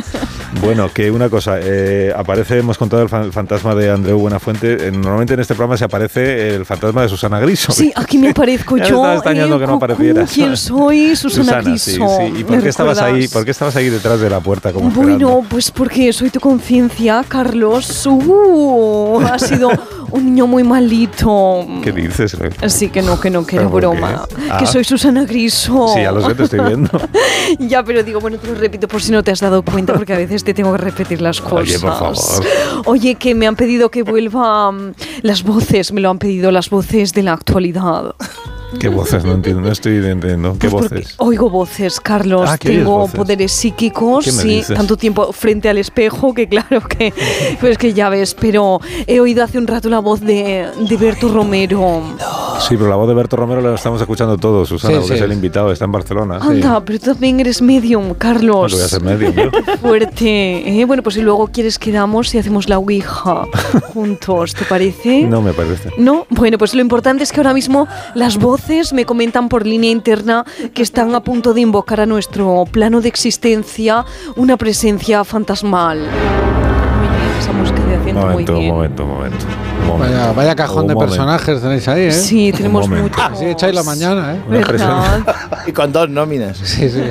Speaker 1: Bueno, que una cosa, eh, aparece, hemos contado el, fan- fantasma de Andreu Buenafuente. eh, normalmente en este programa se aparece el fantasma de Susana Griso.
Speaker 5: Sí, ah, aquí me aparezco
Speaker 1: Ya me
Speaker 5: yo.
Speaker 1: estaba extrañando
Speaker 5: eh,
Speaker 1: que no
Speaker 5: cucú,
Speaker 1: aparecieras.
Speaker 5: ¿Quién soy? Susana,
Speaker 1: sí,
Speaker 5: Griso.
Speaker 1: sí. ¿Y por
Speaker 5: ¿me
Speaker 1: qué, estabas ahí,
Speaker 5: recuerdas?
Speaker 1: por qué estabas ahí detrás de la puerta como
Speaker 5: Bueno,
Speaker 1: esperando?
Speaker 5: pues porque soy tu conciencia, Carlos. Uh, ha sido un niño muy malito.
Speaker 1: ¿Qué dices?
Speaker 5: Así que no, que no, que era
Speaker 1: ¿Pero por qué?
Speaker 5: broma.
Speaker 1: Ah.
Speaker 5: Que soy Susana Griso.
Speaker 1: Sí, a lo que te estoy viendo.
Speaker 5: Ya, pero digo, bueno, te lo repito por si no te has dado cuenta, porque a veces te tengo que repetir las cosas.
Speaker 1: Oye, por favor.
Speaker 5: Oye, que me han pedido que vuelva mm, las voces, me lo han pedido las voces de la actualidad.
Speaker 1: ¿Qué voces? No entiendo, no estoy entendiendo. ¿Qué
Speaker 5: Pues porque
Speaker 1: voces?
Speaker 5: Oigo voces, Carlos.
Speaker 1: Ah, que oyes
Speaker 5: Tengo
Speaker 1: voces.
Speaker 5: poderes psíquicos,
Speaker 1: ¿Qué me
Speaker 5: sí.
Speaker 1: dices?
Speaker 5: Tanto tiempo frente al espejo que claro que pues que ya ves, pero he oído hace un rato la voz de, de Berto Romero.
Speaker 1: Sí, pero la voz de Berto Romero la estamos escuchando todos, Susana,
Speaker 7: Sí,
Speaker 1: porque
Speaker 7: sí.
Speaker 1: es el invitado, está en Barcelona.
Speaker 5: Anda, pero tú también eres medium,
Speaker 1: No
Speaker 5: Carlos.
Speaker 1: lo voy a hacer medio, yo.
Speaker 5: Fuerte. ¿eh? Bueno, pues si luego quieres quedamos y hacemos la Ouija juntos, ¿te parece?
Speaker 1: No me parece.
Speaker 5: No, bueno, pues lo importante es que ahora mismo las voces me comentan por línea interna que están a punto de invocar a nuestro plano de existencia una presencia fantasmal. Muy bien, esa música de
Speaker 1: Un
Speaker 5: acento
Speaker 1: momento, un
Speaker 5: muy bien.
Speaker 1: momento, un momento. un momento.
Speaker 7: Vaya, vaya cajón
Speaker 2: Oh,
Speaker 1: Un
Speaker 7: de
Speaker 1: momento.
Speaker 7: personajes tenéis ahí, ¿eh?
Speaker 5: Sí, tenemos
Speaker 1: momento.
Speaker 5: mucho.
Speaker 7: Así echáis la mañana, ¿eh?
Speaker 1: Una presencia-
Speaker 2: Y con dos nóminas.
Speaker 7: Sí, sí.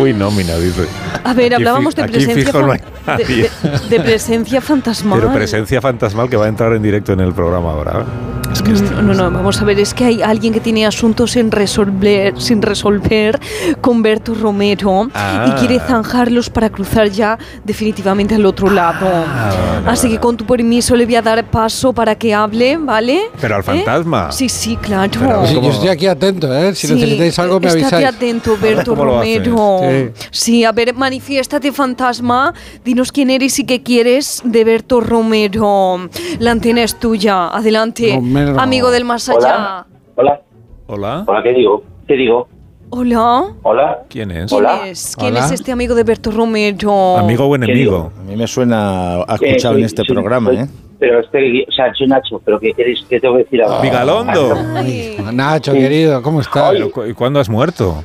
Speaker 1: Uy, nómina, dice.
Speaker 5: A ver, hablábamos de
Speaker 1: aquí
Speaker 5: presencia,
Speaker 1: fijo no
Speaker 5: fan-
Speaker 1: hay
Speaker 5: de,
Speaker 1: nadie.
Speaker 5: de- de presencia fantasmal.
Speaker 1: Pero presencia fantasmal que va a entrar en directo en el programa ahora. ¿eh? Es que esto-
Speaker 5: Mm, No, no, no, vamos a ver, es que hay alguien que tiene asuntos sin resolver, sin resolver con Berto Romero
Speaker 1: Ah.
Speaker 5: y quiere zanjarlos para cruzar ya definitivamente al otro lado.
Speaker 1: Ah, vale,
Speaker 5: Así que con tu permiso le voy a dar paso para que hable, ¿vale?
Speaker 1: Pero al
Speaker 5: ¿Eh?
Speaker 1: fantasma.
Speaker 5: Sí, sí, claro.
Speaker 1: Pero
Speaker 7: Pues Yo-
Speaker 1: ¿Cómo?
Speaker 7: Yo estoy aquí atento, ¿eh? Si
Speaker 5: Sí,
Speaker 7: necesitáis algo, me
Speaker 5: estate
Speaker 7: avisáis.
Speaker 5: atento, Berto
Speaker 1: ¿Cómo lo haces?
Speaker 5: Romero. Sí. a ver, manifiéstate, fantasma. Dinos quién eres y qué quieres de Berto Romero. La antena es tuya. Adelante,
Speaker 7: Romero.
Speaker 5: amigo del más allá.
Speaker 11: Hola,
Speaker 1: Hola,
Speaker 11: hola, ¿qué digo? ¿Qué digo?
Speaker 5: Hola.
Speaker 11: Hola.
Speaker 1: ¿quién es?
Speaker 5: ¿Quién
Speaker 11: Hola.
Speaker 5: es? ¿Quién
Speaker 7: Hola.
Speaker 5: es este amigo de Berto Romero?
Speaker 1: ¿Amigo o enemigo?
Speaker 11: digo?
Speaker 2: A mí me suena a escuchado
Speaker 11: Eh,
Speaker 2: en
Speaker 11: soy-
Speaker 2: este
Speaker 11: soy-
Speaker 2: programa,
Speaker 11: soy-
Speaker 2: ¿eh?
Speaker 11: Pero este, o sea, soy Nacho, pero ¿qué queréis? ¿Qué tengo que decir ahora?
Speaker 1: Vigalondo.
Speaker 5: Ay,
Speaker 7: Nacho, querido, ¿cómo estás?
Speaker 1: Pero cu- ¿y ¿Cuándo has muerto?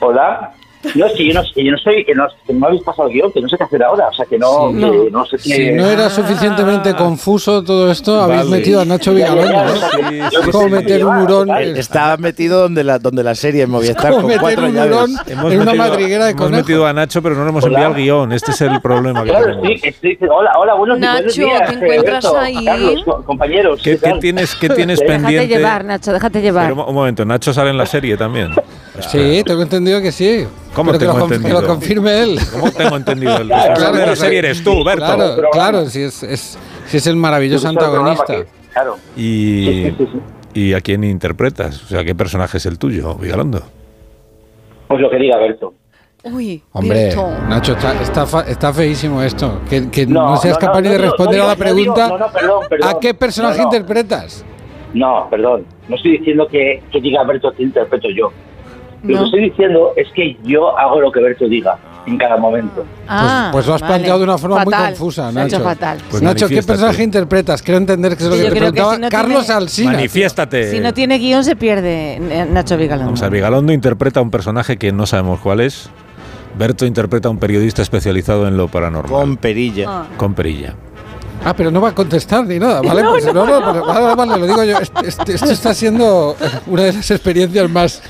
Speaker 11: Hola. No, es que yo no, que yo no soy, que no, que no habéis pasado guión, que no sé qué hacer ahora, o sea, que no,
Speaker 5: Sí.
Speaker 11: que
Speaker 5: No.
Speaker 11: no. sé qué.
Speaker 7: Si no era
Speaker 5: Ah.
Speaker 7: suficientemente confuso todo esto, habéis
Speaker 1: Vale.
Speaker 7: metido a Nacho
Speaker 11: Ya, ya, ya,
Speaker 7: Vigalondo.
Speaker 11: o sea,
Speaker 7: ¿eh?
Speaker 11: que-
Speaker 1: Sí,
Speaker 11: yo-
Speaker 1: ¿cómo
Speaker 11: sí,
Speaker 7: meter
Speaker 11: sí,
Speaker 7: un
Speaker 11: vale,
Speaker 7: hurón?
Speaker 11: vale.
Speaker 2: Eh, Estaba metido donde la, donde la serie en Movistar
Speaker 7: ¿Cómo
Speaker 2: con
Speaker 7: meter
Speaker 2: cuatro
Speaker 7: un
Speaker 2: llaves.
Speaker 7: hurón en una madriguera de
Speaker 1: hemos
Speaker 7: conejos?
Speaker 1: metido a Nacho, pero no le hemos
Speaker 11: Hola.
Speaker 1: enviado el guión. Este es el problema que
Speaker 11: Ah, Claro,
Speaker 1: tenemos.
Speaker 11: estoy, estoy- hola, hola, buenos,
Speaker 5: Nacho,
Speaker 11: buenos días.
Speaker 5: ¿te encuentras
Speaker 11: Roberto,
Speaker 5: ahí?
Speaker 11: Carlos, co- compañeros.
Speaker 1: ¿Qué, qué
Speaker 11: tal?
Speaker 1: tienes, qué tienes
Speaker 11: Déjate
Speaker 10: Déjate
Speaker 1: pendiente?
Speaker 10: llevar, Nacho, déjate llevar.
Speaker 1: Pero un un momento, Nacho sale en la serie también.
Speaker 7: Sí, tengo entendido que sí.
Speaker 1: ¿Cómo
Speaker 7: Pero que
Speaker 1: tengo
Speaker 7: lo, conf- que
Speaker 1: entendido?
Speaker 7: lo confirme él.
Speaker 1: ¿Cómo tengo entendido? El responsable de la
Speaker 7: claro.
Speaker 1: serie eres tú, Berto.
Speaker 7: Claro,
Speaker 11: Pero-
Speaker 7: claro, si es, es- si es el maravilloso
Speaker 11: Escucha el programa
Speaker 7: antagonista.
Speaker 11: que- Claro.
Speaker 1: ¿Y,
Speaker 11: Sí, sí, sí.
Speaker 1: ¿Y a quién interpretas? O sea, ¿qué personaje es el tuyo, Vigalondo?
Speaker 11: Pues lo que diga Berto.
Speaker 5: Uy,
Speaker 7: Hombre,
Speaker 5: Berto.
Speaker 7: Nacho, está, está, fa- está feísimo esto. Que, que no, seas capaz ni
Speaker 11: no
Speaker 7: de
Speaker 11: digo-
Speaker 7: responder
Speaker 11: no
Speaker 7: a la
Speaker 11: digo- no digo-
Speaker 7: pregunta.
Speaker 11: no, no, perdón, perdón.
Speaker 7: ¿A qué personaje
Speaker 11: No, no.
Speaker 7: interpretas?
Speaker 11: No, perdón. No estoy diciendo que, que diga Berto que interpreto yo. Lo que
Speaker 5: No.
Speaker 11: estoy diciendo es que yo hago lo que Berto diga en cada momento.
Speaker 10: Ah,
Speaker 7: pues lo has planteado de una forma muy confusa,
Speaker 10: Lo has hecho
Speaker 7: Nacho.
Speaker 10: fatal.
Speaker 1: Pues
Speaker 7: Nacho, ¿qué
Speaker 1: manifiéstate.
Speaker 7: personaje interpretas? Quiero entender qué es lo
Speaker 10: Sí,
Speaker 7: que
Speaker 10: yo
Speaker 7: te
Speaker 10: creo que
Speaker 7: preguntaba.
Speaker 10: si no
Speaker 7: Carlos
Speaker 10: tiene-
Speaker 7: Alsina.
Speaker 1: ¡Manifiéstate!
Speaker 10: Si no tiene guión, se pierde eh, Nacho Vigalondo.
Speaker 1: Vamos a ver, Vigalondo interpreta a un personaje que no sabemos cuál es, Berto interpreta a un periodista especializado en lo paranormal. Con
Speaker 2: perilla. Ah.
Speaker 1: Con perilla.
Speaker 7: Ah, pero no va a contestar ni nada, ¿vale?
Speaker 1: No,
Speaker 7: pues,
Speaker 1: no,
Speaker 7: no, no, pero- vale, vale, lo digo yo. Este- este- esto está siendo una de las experiencias más,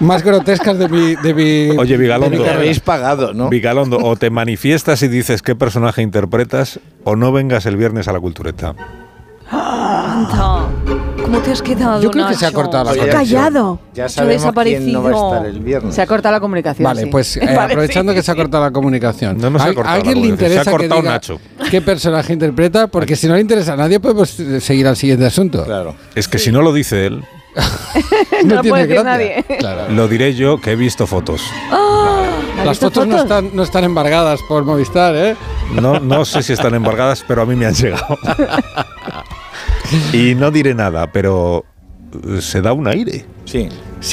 Speaker 7: más grotescas de mi, de mi.
Speaker 1: Oye,
Speaker 7: de mi
Speaker 1: Vigalondo.
Speaker 7: carrera.
Speaker 2: pagado, ¿no?
Speaker 1: Vigalondo, o te manifiestas y dices qué personaje interpretas, o no vengas el viernes a la cultureta.
Speaker 5: Ah,
Speaker 12: Anda, ¿Cómo te has quedado?
Speaker 7: Yo creo que se ha
Speaker 12: Nacho?
Speaker 7: cortado la
Speaker 12: Se ha
Speaker 7: conexión.
Speaker 12: callado.
Speaker 2: Ya
Speaker 12: Se ha
Speaker 2: sabemos
Speaker 12: desaparecido.
Speaker 2: quién no va a estar el viernes.
Speaker 5: Se ha cortado la comunicación.
Speaker 7: Vale,
Speaker 5: sí.
Speaker 7: pues eh,
Speaker 5: Vale,
Speaker 7: aprovechando
Speaker 5: sí.
Speaker 7: que se ha cortado la comunicación.
Speaker 1: No, no se ha
Speaker 7: ¿a-
Speaker 1: cortado la
Speaker 7: ¿Alguien le
Speaker 1: comunicación,
Speaker 7: interesa
Speaker 1: se ha cortado
Speaker 7: que diga
Speaker 1: Nacho.
Speaker 7: qué personaje interpreta? Porque si no le interesa a nadie, podemos eh, seguir al siguiente asunto.
Speaker 2: Claro.
Speaker 1: Es que si no lo dice él,
Speaker 5: no lo
Speaker 7: tiene
Speaker 5: puede decir
Speaker 7: gracia.
Speaker 5: nadie.
Speaker 1: lo diré yo que he visto fotos.
Speaker 7: Las fotos, no, están, no están embargadas por Movistar, ¿eh?
Speaker 1: No, no sé si están embargadas, pero a mí me han llegado. Y no diré nada, pero eh, se da un aire.
Speaker 2: Sí.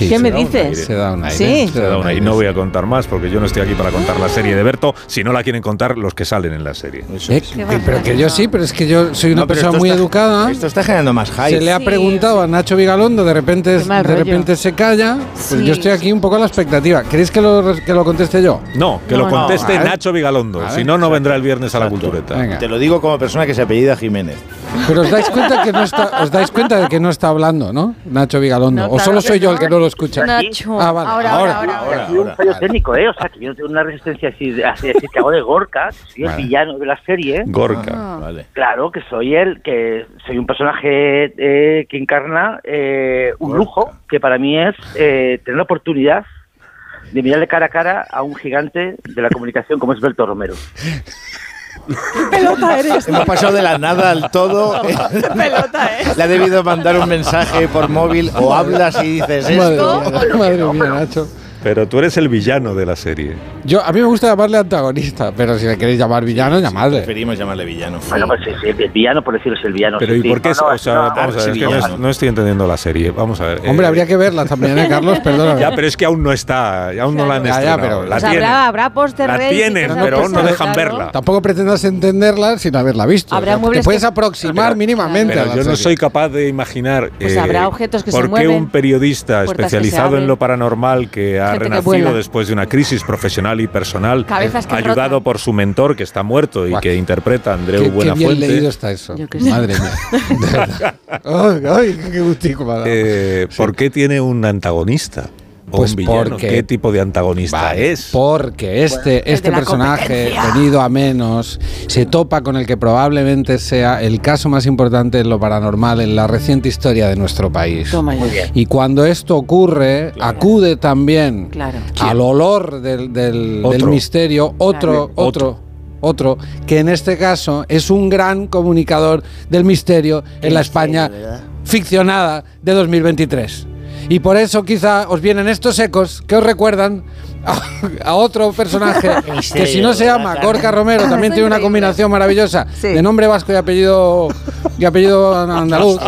Speaker 5: ¿Qué me dices?
Speaker 7: Se da un aire.
Speaker 5: Sí.
Speaker 1: Se da un aire. Y no voy a contar más porque yo no estoy aquí para contar la serie de Berto, si no la quieren contar los que salen en la serie.
Speaker 7: Eh, que- pero que yo sí, pero es que yo soy una
Speaker 1: No, pero
Speaker 7: persona
Speaker 1: esto
Speaker 7: muy
Speaker 1: está-
Speaker 7: educada.
Speaker 2: Esto está generando más hype.
Speaker 7: Se le ha preguntado a Nacho Vigalondo, de repente,
Speaker 5: Qué mal
Speaker 7: de
Speaker 5: rollo.
Speaker 7: repente se calla. Pues
Speaker 5: Sí.
Speaker 7: yo estoy aquí un poco a la expectativa. ¿Queréis que lo, res- que lo conteste yo?
Speaker 1: No, que
Speaker 7: No,
Speaker 1: lo
Speaker 7: no.
Speaker 1: conteste
Speaker 7: Vale.
Speaker 1: Nacho Vigalondo.
Speaker 7: Vale.
Speaker 1: Si no, no vendrá el viernes a la cultureta.
Speaker 2: Te lo digo como persona que se apellida Jiménez.
Speaker 7: Pero os dais cuenta que no está, os dais cuenta de que no está hablando, ¿no? Nacho Vigalondo.
Speaker 11: No,
Speaker 7: o
Speaker 11: claro
Speaker 7: solo
Speaker 11: que
Speaker 7: soy yo
Speaker 11: no.
Speaker 7: el que no lo escucha.
Speaker 11: Nacho.
Speaker 7: Ah, vale.
Speaker 11: Ahora, ahora, ahora, Ha sido un fallo técnico, ¿eh? O sea, que yo no tengo una resistencia así, así de decir que hago de Gorka, que soy
Speaker 1: Vale.
Speaker 11: el villano de la serie.
Speaker 1: Gorka.
Speaker 7: Ah.
Speaker 2: Vale.
Speaker 11: Claro, que soy el que soy un personaje eh, que encarna eh, un lujo que para mí es eh, tener la oportunidad de mirarle cara a cara a un gigante de la comunicación como es Belto Romero.
Speaker 2: pelota eres? Hemos pasado de la nada al todo. pelota eres? Le ha debido mandar un mensaje por móvil o hablas y dices
Speaker 7: Madre
Speaker 2: esto.
Speaker 7: mía, madre mía, Nacho.
Speaker 1: Pero tú eres el villano de la serie.
Speaker 7: Yo, a mí me gusta llamarle antagonista, pero si le queréis llamar villano, llamadle.
Speaker 2: Preferimos llamarle villano.
Speaker 11: Bueno, pues sí, sí, el villano, por decirlo, es el villano.
Speaker 1: Pero
Speaker 11: sí,
Speaker 1: ¿y
Speaker 11: sí.
Speaker 1: por qué? es-
Speaker 11: No, no,
Speaker 1: o sea,
Speaker 11: no,
Speaker 1: vamos a ver, es que no, es- no estoy entendiendo la serie. Vamos a ver. eh,
Speaker 7: Hombre, habría que verla también, ¿eh, Carlos? Perdóname.
Speaker 1: Ya, pero es que aún no está, aún no la han
Speaker 7: Ya, ya,
Speaker 1: estrenado.
Speaker 7: pero-
Speaker 1: la
Speaker 7: O sea,
Speaker 1: tienen.
Speaker 5: Habrá, habrá póster
Speaker 1: La
Speaker 5: rey y
Speaker 1: tienen,
Speaker 5: cosas
Speaker 1: pero
Speaker 5: de
Speaker 1: no
Speaker 5: esas,
Speaker 1: dejan
Speaker 5: claro.
Speaker 1: verla.
Speaker 7: Tampoco pretendas entenderla sin haberla visto.
Speaker 5: Habrá
Speaker 7: O sea, Te
Speaker 5: muebles
Speaker 7: puedes
Speaker 5: que-
Speaker 7: aproximar mínimamente. a
Speaker 1: Pero
Speaker 7: la
Speaker 1: yo no
Speaker 7: serie.
Speaker 1: soy capaz de imaginar eh,
Speaker 5: Pues habrá objetos que se
Speaker 1: por qué
Speaker 5: mueven,
Speaker 1: un periodista
Speaker 5: puertas que se
Speaker 1: especializado en
Speaker 5: abren,
Speaker 1: lo paranormal que ha
Speaker 5: gente que
Speaker 1: renacido
Speaker 5: vuela.
Speaker 1: después de una crisis profesional y personal,
Speaker 5: Cabezas que
Speaker 1: ayudado
Speaker 5: rotan.
Speaker 1: por su mentor que está muerto y que interpreta a Andreu
Speaker 7: Qué- qué bien
Speaker 1: Buenafuente.
Speaker 7: leído está eso. Madre mía. De verdad. Ay, ay, qué gustico me ha dado.
Speaker 1: Eh, ¿Por qué tiene un antagonista? O
Speaker 7: Pues
Speaker 1: un villano.
Speaker 7: porque-
Speaker 1: ¿Qué tipo de antagonista es?
Speaker 7: Porque este, este
Speaker 1: la
Speaker 7: personaje, venido a menos, se topa con el que probablemente sea el caso más importante en lo paranormal en la reciente historia de nuestro país. Y cuando esto ocurre, acude también
Speaker 5: Claro.
Speaker 7: al olor del, del- del
Speaker 1: Otro.
Speaker 7: misterio otro,
Speaker 1: Claro.
Speaker 7: otro, otro, que en este caso es un gran comunicador del misterio en la España ficcionada de 2023. Y por eso quizá os vienen estos ecos que os recuerdan a, a otro personaje que si no se llama Gorka Romero también tiene una combinación maravillosa de nombre vasco y apellido y apellido andaluz,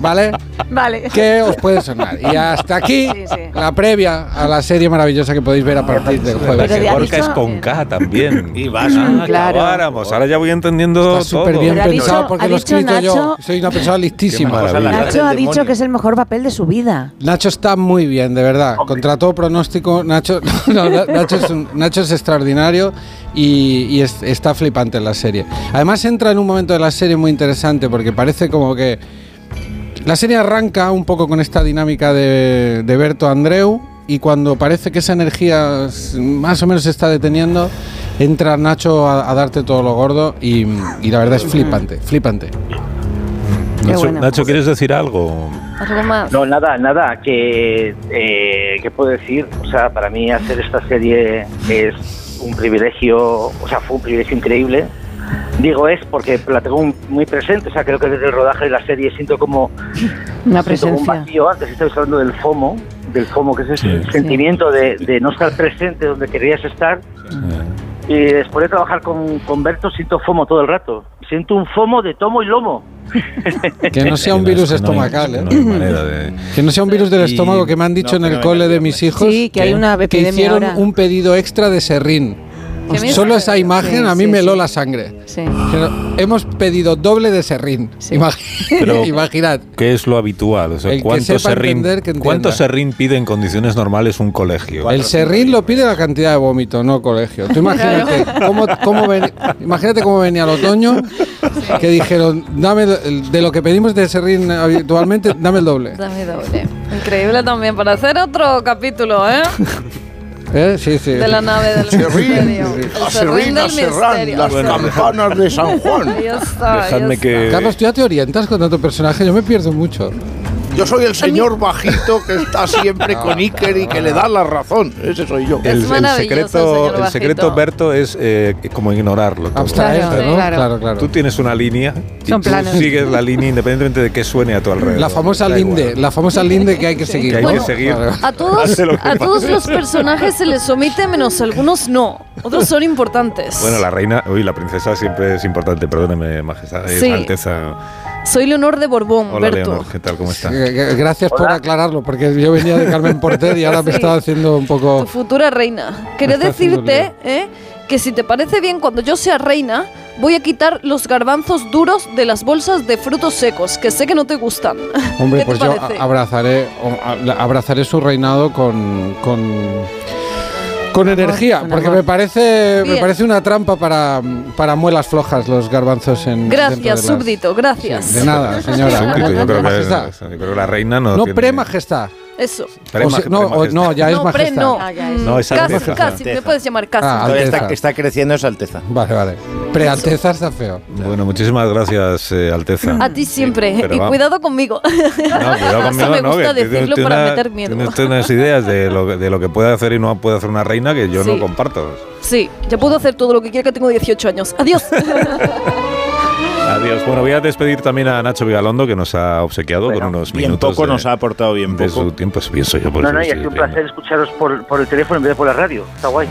Speaker 7: ¿vale?
Speaker 5: Vale.
Speaker 7: Que os puede sonar. Y hasta aquí
Speaker 5: Sí, sí.
Speaker 7: la previa a la serie maravillosa que podéis ver a partir del
Speaker 1: Pero
Speaker 7: jueves.
Speaker 1: que Gorka es con K también. y vas
Speaker 5: Mm, eh, claro.
Speaker 1: Ahora ya voy entendiendo
Speaker 7: Está súper bien
Speaker 5: Pero ha
Speaker 7: pensado
Speaker 5: dicho-
Speaker 7: porque
Speaker 5: ha
Speaker 7: lo he
Speaker 5: dicho
Speaker 7: escrito yo.
Speaker 5: Nacho-
Speaker 7: Soy una persona listísima.
Speaker 5: Nacho ha dicho que es el mejor papel de su vida.
Speaker 7: Nacho está muy bien, de verdad. Contra todo pronóstico, Nacho, no, Na- Nacho, es, un- Nacho es extraordinario y, y es- está flipante en la serie. Además entra en un momento de la serie muy interesante porque parece como que la serie arranca un poco con esta dinámica de, de Berto Andreu y cuando parece que esa energía s- más o menos se está deteniendo, entra Nacho a, a darte todo lo gordo y, y la verdad es flipante, flipante.
Speaker 1: Nacho, Nacho, ¿quieres decir algo?
Speaker 11: No, nada, nada, que, eh, ¿qué puedo decir? O sea, para mí hacer esta serie es un privilegio, o sea, fue un privilegio increíble. Digo es porque la tengo un- muy presente, o sea, creo que desde el rodaje de la serie siento como
Speaker 5: Una
Speaker 11: siento como un
Speaker 5: presencia.
Speaker 11: vacío, antes estabais hablando del FOMO, del FOMO que es ese sentimiento de, de no estar presente donde querías estar.
Speaker 5: Mm.
Speaker 1: Eh,
Speaker 11: Y después de trabajar con, con Berto siento FOMO todo el rato, siento un FOMO de tomo y lomo.
Speaker 7: Que no sea un virus estomacal, ¿eh? Que no sea un virus del estómago que me han dicho
Speaker 2: no,
Speaker 7: en
Speaker 2: que
Speaker 7: el
Speaker 2: no
Speaker 7: cole de mis hijos.
Speaker 5: Sí, que hay una epidemia
Speaker 7: hicieron
Speaker 5: ahora.
Speaker 7: un pedido extra de serrín.
Speaker 12: me
Speaker 7: Solo esa imagen
Speaker 12: Sí,
Speaker 7: a mí
Speaker 12: sí,
Speaker 7: me
Speaker 12: sí.
Speaker 7: heló la sangre.
Speaker 12: Sí.
Speaker 7: Pero hemos pedido doble de serrín. Imag-
Speaker 1: Pero-
Speaker 7: Imaginad.
Speaker 1: ¿Qué es lo habitual? O sea,
Speaker 7: El que
Speaker 1: ¿cuánto,
Speaker 7: sepa
Speaker 1: serrín,
Speaker 7: entender, que entienda.
Speaker 1: ¿Cuánto serrín pide en condiciones normales un colegio?
Speaker 7: El serrín lo pide la cantidad de vómito, no colegio. Tú imagínate, cómo, cómo ven- imagínate cómo venía el otoño, que dijeron, dame do- el- de lo que pedimos de serrín habitualmente, dame el doble.
Speaker 3: Dame doble. Increíble también para hacer otro capítulo, ¿eh?
Speaker 7: ¿Eh? Sí, sí.
Speaker 3: De la nave del misterio. El serrín del misterio.
Speaker 7: campanas de San
Speaker 3: Ahí está, ahí
Speaker 1: Dejadme que...
Speaker 7: Carlos, tú ya te orientas con tanto personaje, yo me pierdo mucho.
Speaker 13: Yo soy el señor bajito que está siempre con Iker y que le da la razón. Ese soy yo.
Speaker 1: El, el secreto, el secreto Berto, es eh, como ignorarlo. todo.
Speaker 7: Abstraerte, Claro, Pues ¿no? claro. Claro,
Speaker 1: Tú tienes una línea y
Speaker 7: Son
Speaker 1: tú
Speaker 7: planos.
Speaker 1: sigues la línea independientemente de qué suene a tu alrededor.
Speaker 7: La famosa
Speaker 1: Da
Speaker 7: linde, la famosa linde que hay que seguir.
Speaker 1: Que hay
Speaker 7: Bueno,
Speaker 1: que seguir.
Speaker 12: A todos,
Speaker 1: Pase lo que
Speaker 12: a todos
Speaker 1: pase.
Speaker 12: los personajes se les somete, menos algunos no. Otros son importantes.
Speaker 1: Bueno, la reina, uy, la princesa siempre es importante, perdóneme, majestad, eh,
Speaker 12: Sí.
Speaker 1: alteza.
Speaker 12: Soy Leonor de Borbón,
Speaker 1: Hola,
Speaker 12: Berto.
Speaker 1: Leonor, ¿qué tal? ¿Cómo está?
Speaker 7: Eh, eh, Gracias por
Speaker 12: Hola.
Speaker 7: aclararlo, porque yo venía de Carmen Porter y ahora me
Speaker 12: Sí.
Speaker 7: estaba haciendo un poco...
Speaker 12: Futura reina. Quería
Speaker 7: Oh. está haciendo
Speaker 12: decirte eh, que si te parece bien, cuando yo sea reina, voy a quitar los garbanzos duros de las bolsas de frutos secos, que sé que no te gustan.
Speaker 7: Hombre,
Speaker 12: ¿Qué te
Speaker 7: pues yo
Speaker 12: parece?
Speaker 7: a- abrazaré, o- a- abrazaré su reinado con, con, con energía,
Speaker 12: con
Speaker 7: porque
Speaker 12: amor.
Speaker 7: me parece me
Speaker 12: Bien.
Speaker 7: parece una trampa para, para muelas flojas los garbanzos en dentro
Speaker 12: Gracias,
Speaker 7: de las-
Speaker 12: súbdito, gracias.
Speaker 7: De nada, señora.
Speaker 1: Súbdito, yo, creo que,
Speaker 7: Majestad.
Speaker 1: yo creo que la reina no.
Speaker 7: No,
Speaker 1: tiene-
Speaker 7: pre-majestad.
Speaker 12: Eso.
Speaker 1: Pre-
Speaker 7: O sea, no, o-
Speaker 1: majestad.
Speaker 7: no, ya es
Speaker 12: no, pre,
Speaker 7: majestad.
Speaker 12: no.
Speaker 1: No, es
Speaker 12: casi,
Speaker 1: alteza.
Speaker 12: casi, me puedes llamar casi.
Speaker 7: Ah,
Speaker 2: Todavía está,
Speaker 7: Alteza.
Speaker 2: está creciendo esa alteza.
Speaker 7: Vale, vale. Pre-alteza está feo.
Speaker 1: Bueno, muchísimas gracias, eh, alteza.
Speaker 12: A ti siempre. ¿eh?
Speaker 1: pero
Speaker 12: y
Speaker 1: vamos.
Speaker 12: cuidado conmigo.
Speaker 1: No, cuidado
Speaker 12: Hasta
Speaker 1: conmigo,
Speaker 12: me
Speaker 1: no,
Speaker 12: gusta
Speaker 1: que tiene
Speaker 12: decirlo
Speaker 1: usted
Speaker 12: para
Speaker 1: una-
Speaker 12: meter miedo.
Speaker 1: Tiene usted unas ideas de lo, que- de lo que puede hacer y no puede hacer una reina que yo
Speaker 12: Sí.
Speaker 1: no comparto.
Speaker 12: Sí, ya puedo hacer todo lo que quiera que tengo 18 años. Adiós.
Speaker 1: Adiós. Bueno, voy a despedir también a Nacho Vigalondo, que nos ha obsequiado con unos minutos.
Speaker 2: poco nos
Speaker 1: ha aportado bien de
Speaker 2: poco.
Speaker 1: su tiempo, es- pienso yo. Por
Speaker 11: No,
Speaker 1: eso
Speaker 11: no, y
Speaker 1: estoy
Speaker 11: es un
Speaker 1: diciendo.
Speaker 11: placer escucharos por, por el teléfono en vez de por la radio. Está guay.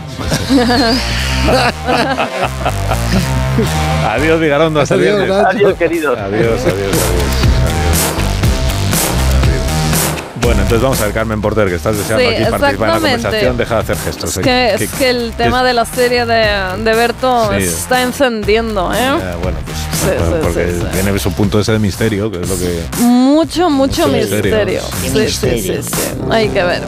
Speaker 1: adiós, Vigalondo. Hasta
Speaker 11: Adiós,
Speaker 1: viernes.
Speaker 11: Nacho. Adiós, querido.
Speaker 1: Adiós, adiós, adiós. adiós. Bueno, entonces vamos a ver, Carmen Porter, que estás deseando
Speaker 12: Sí,
Speaker 1: aquí participar en la
Speaker 12: exactamente.
Speaker 1: conversación. Deja de hacer gestos.
Speaker 12: Es que, es que el tema de la serie de, de Berto
Speaker 1: Sí.
Speaker 12: se está encendiendo, ¿eh?
Speaker 1: Ah, bueno, pues
Speaker 12: Sí,
Speaker 1: bueno,
Speaker 12: sí,
Speaker 1: porque
Speaker 12: sí, sí.
Speaker 1: tiene su punto ese de misterio, que es lo que...
Speaker 12: Mucho, mucho,
Speaker 1: Mucho
Speaker 12: misterio.
Speaker 1: misterio.
Speaker 12: Sí, sí, sí, sí. Hay que ver.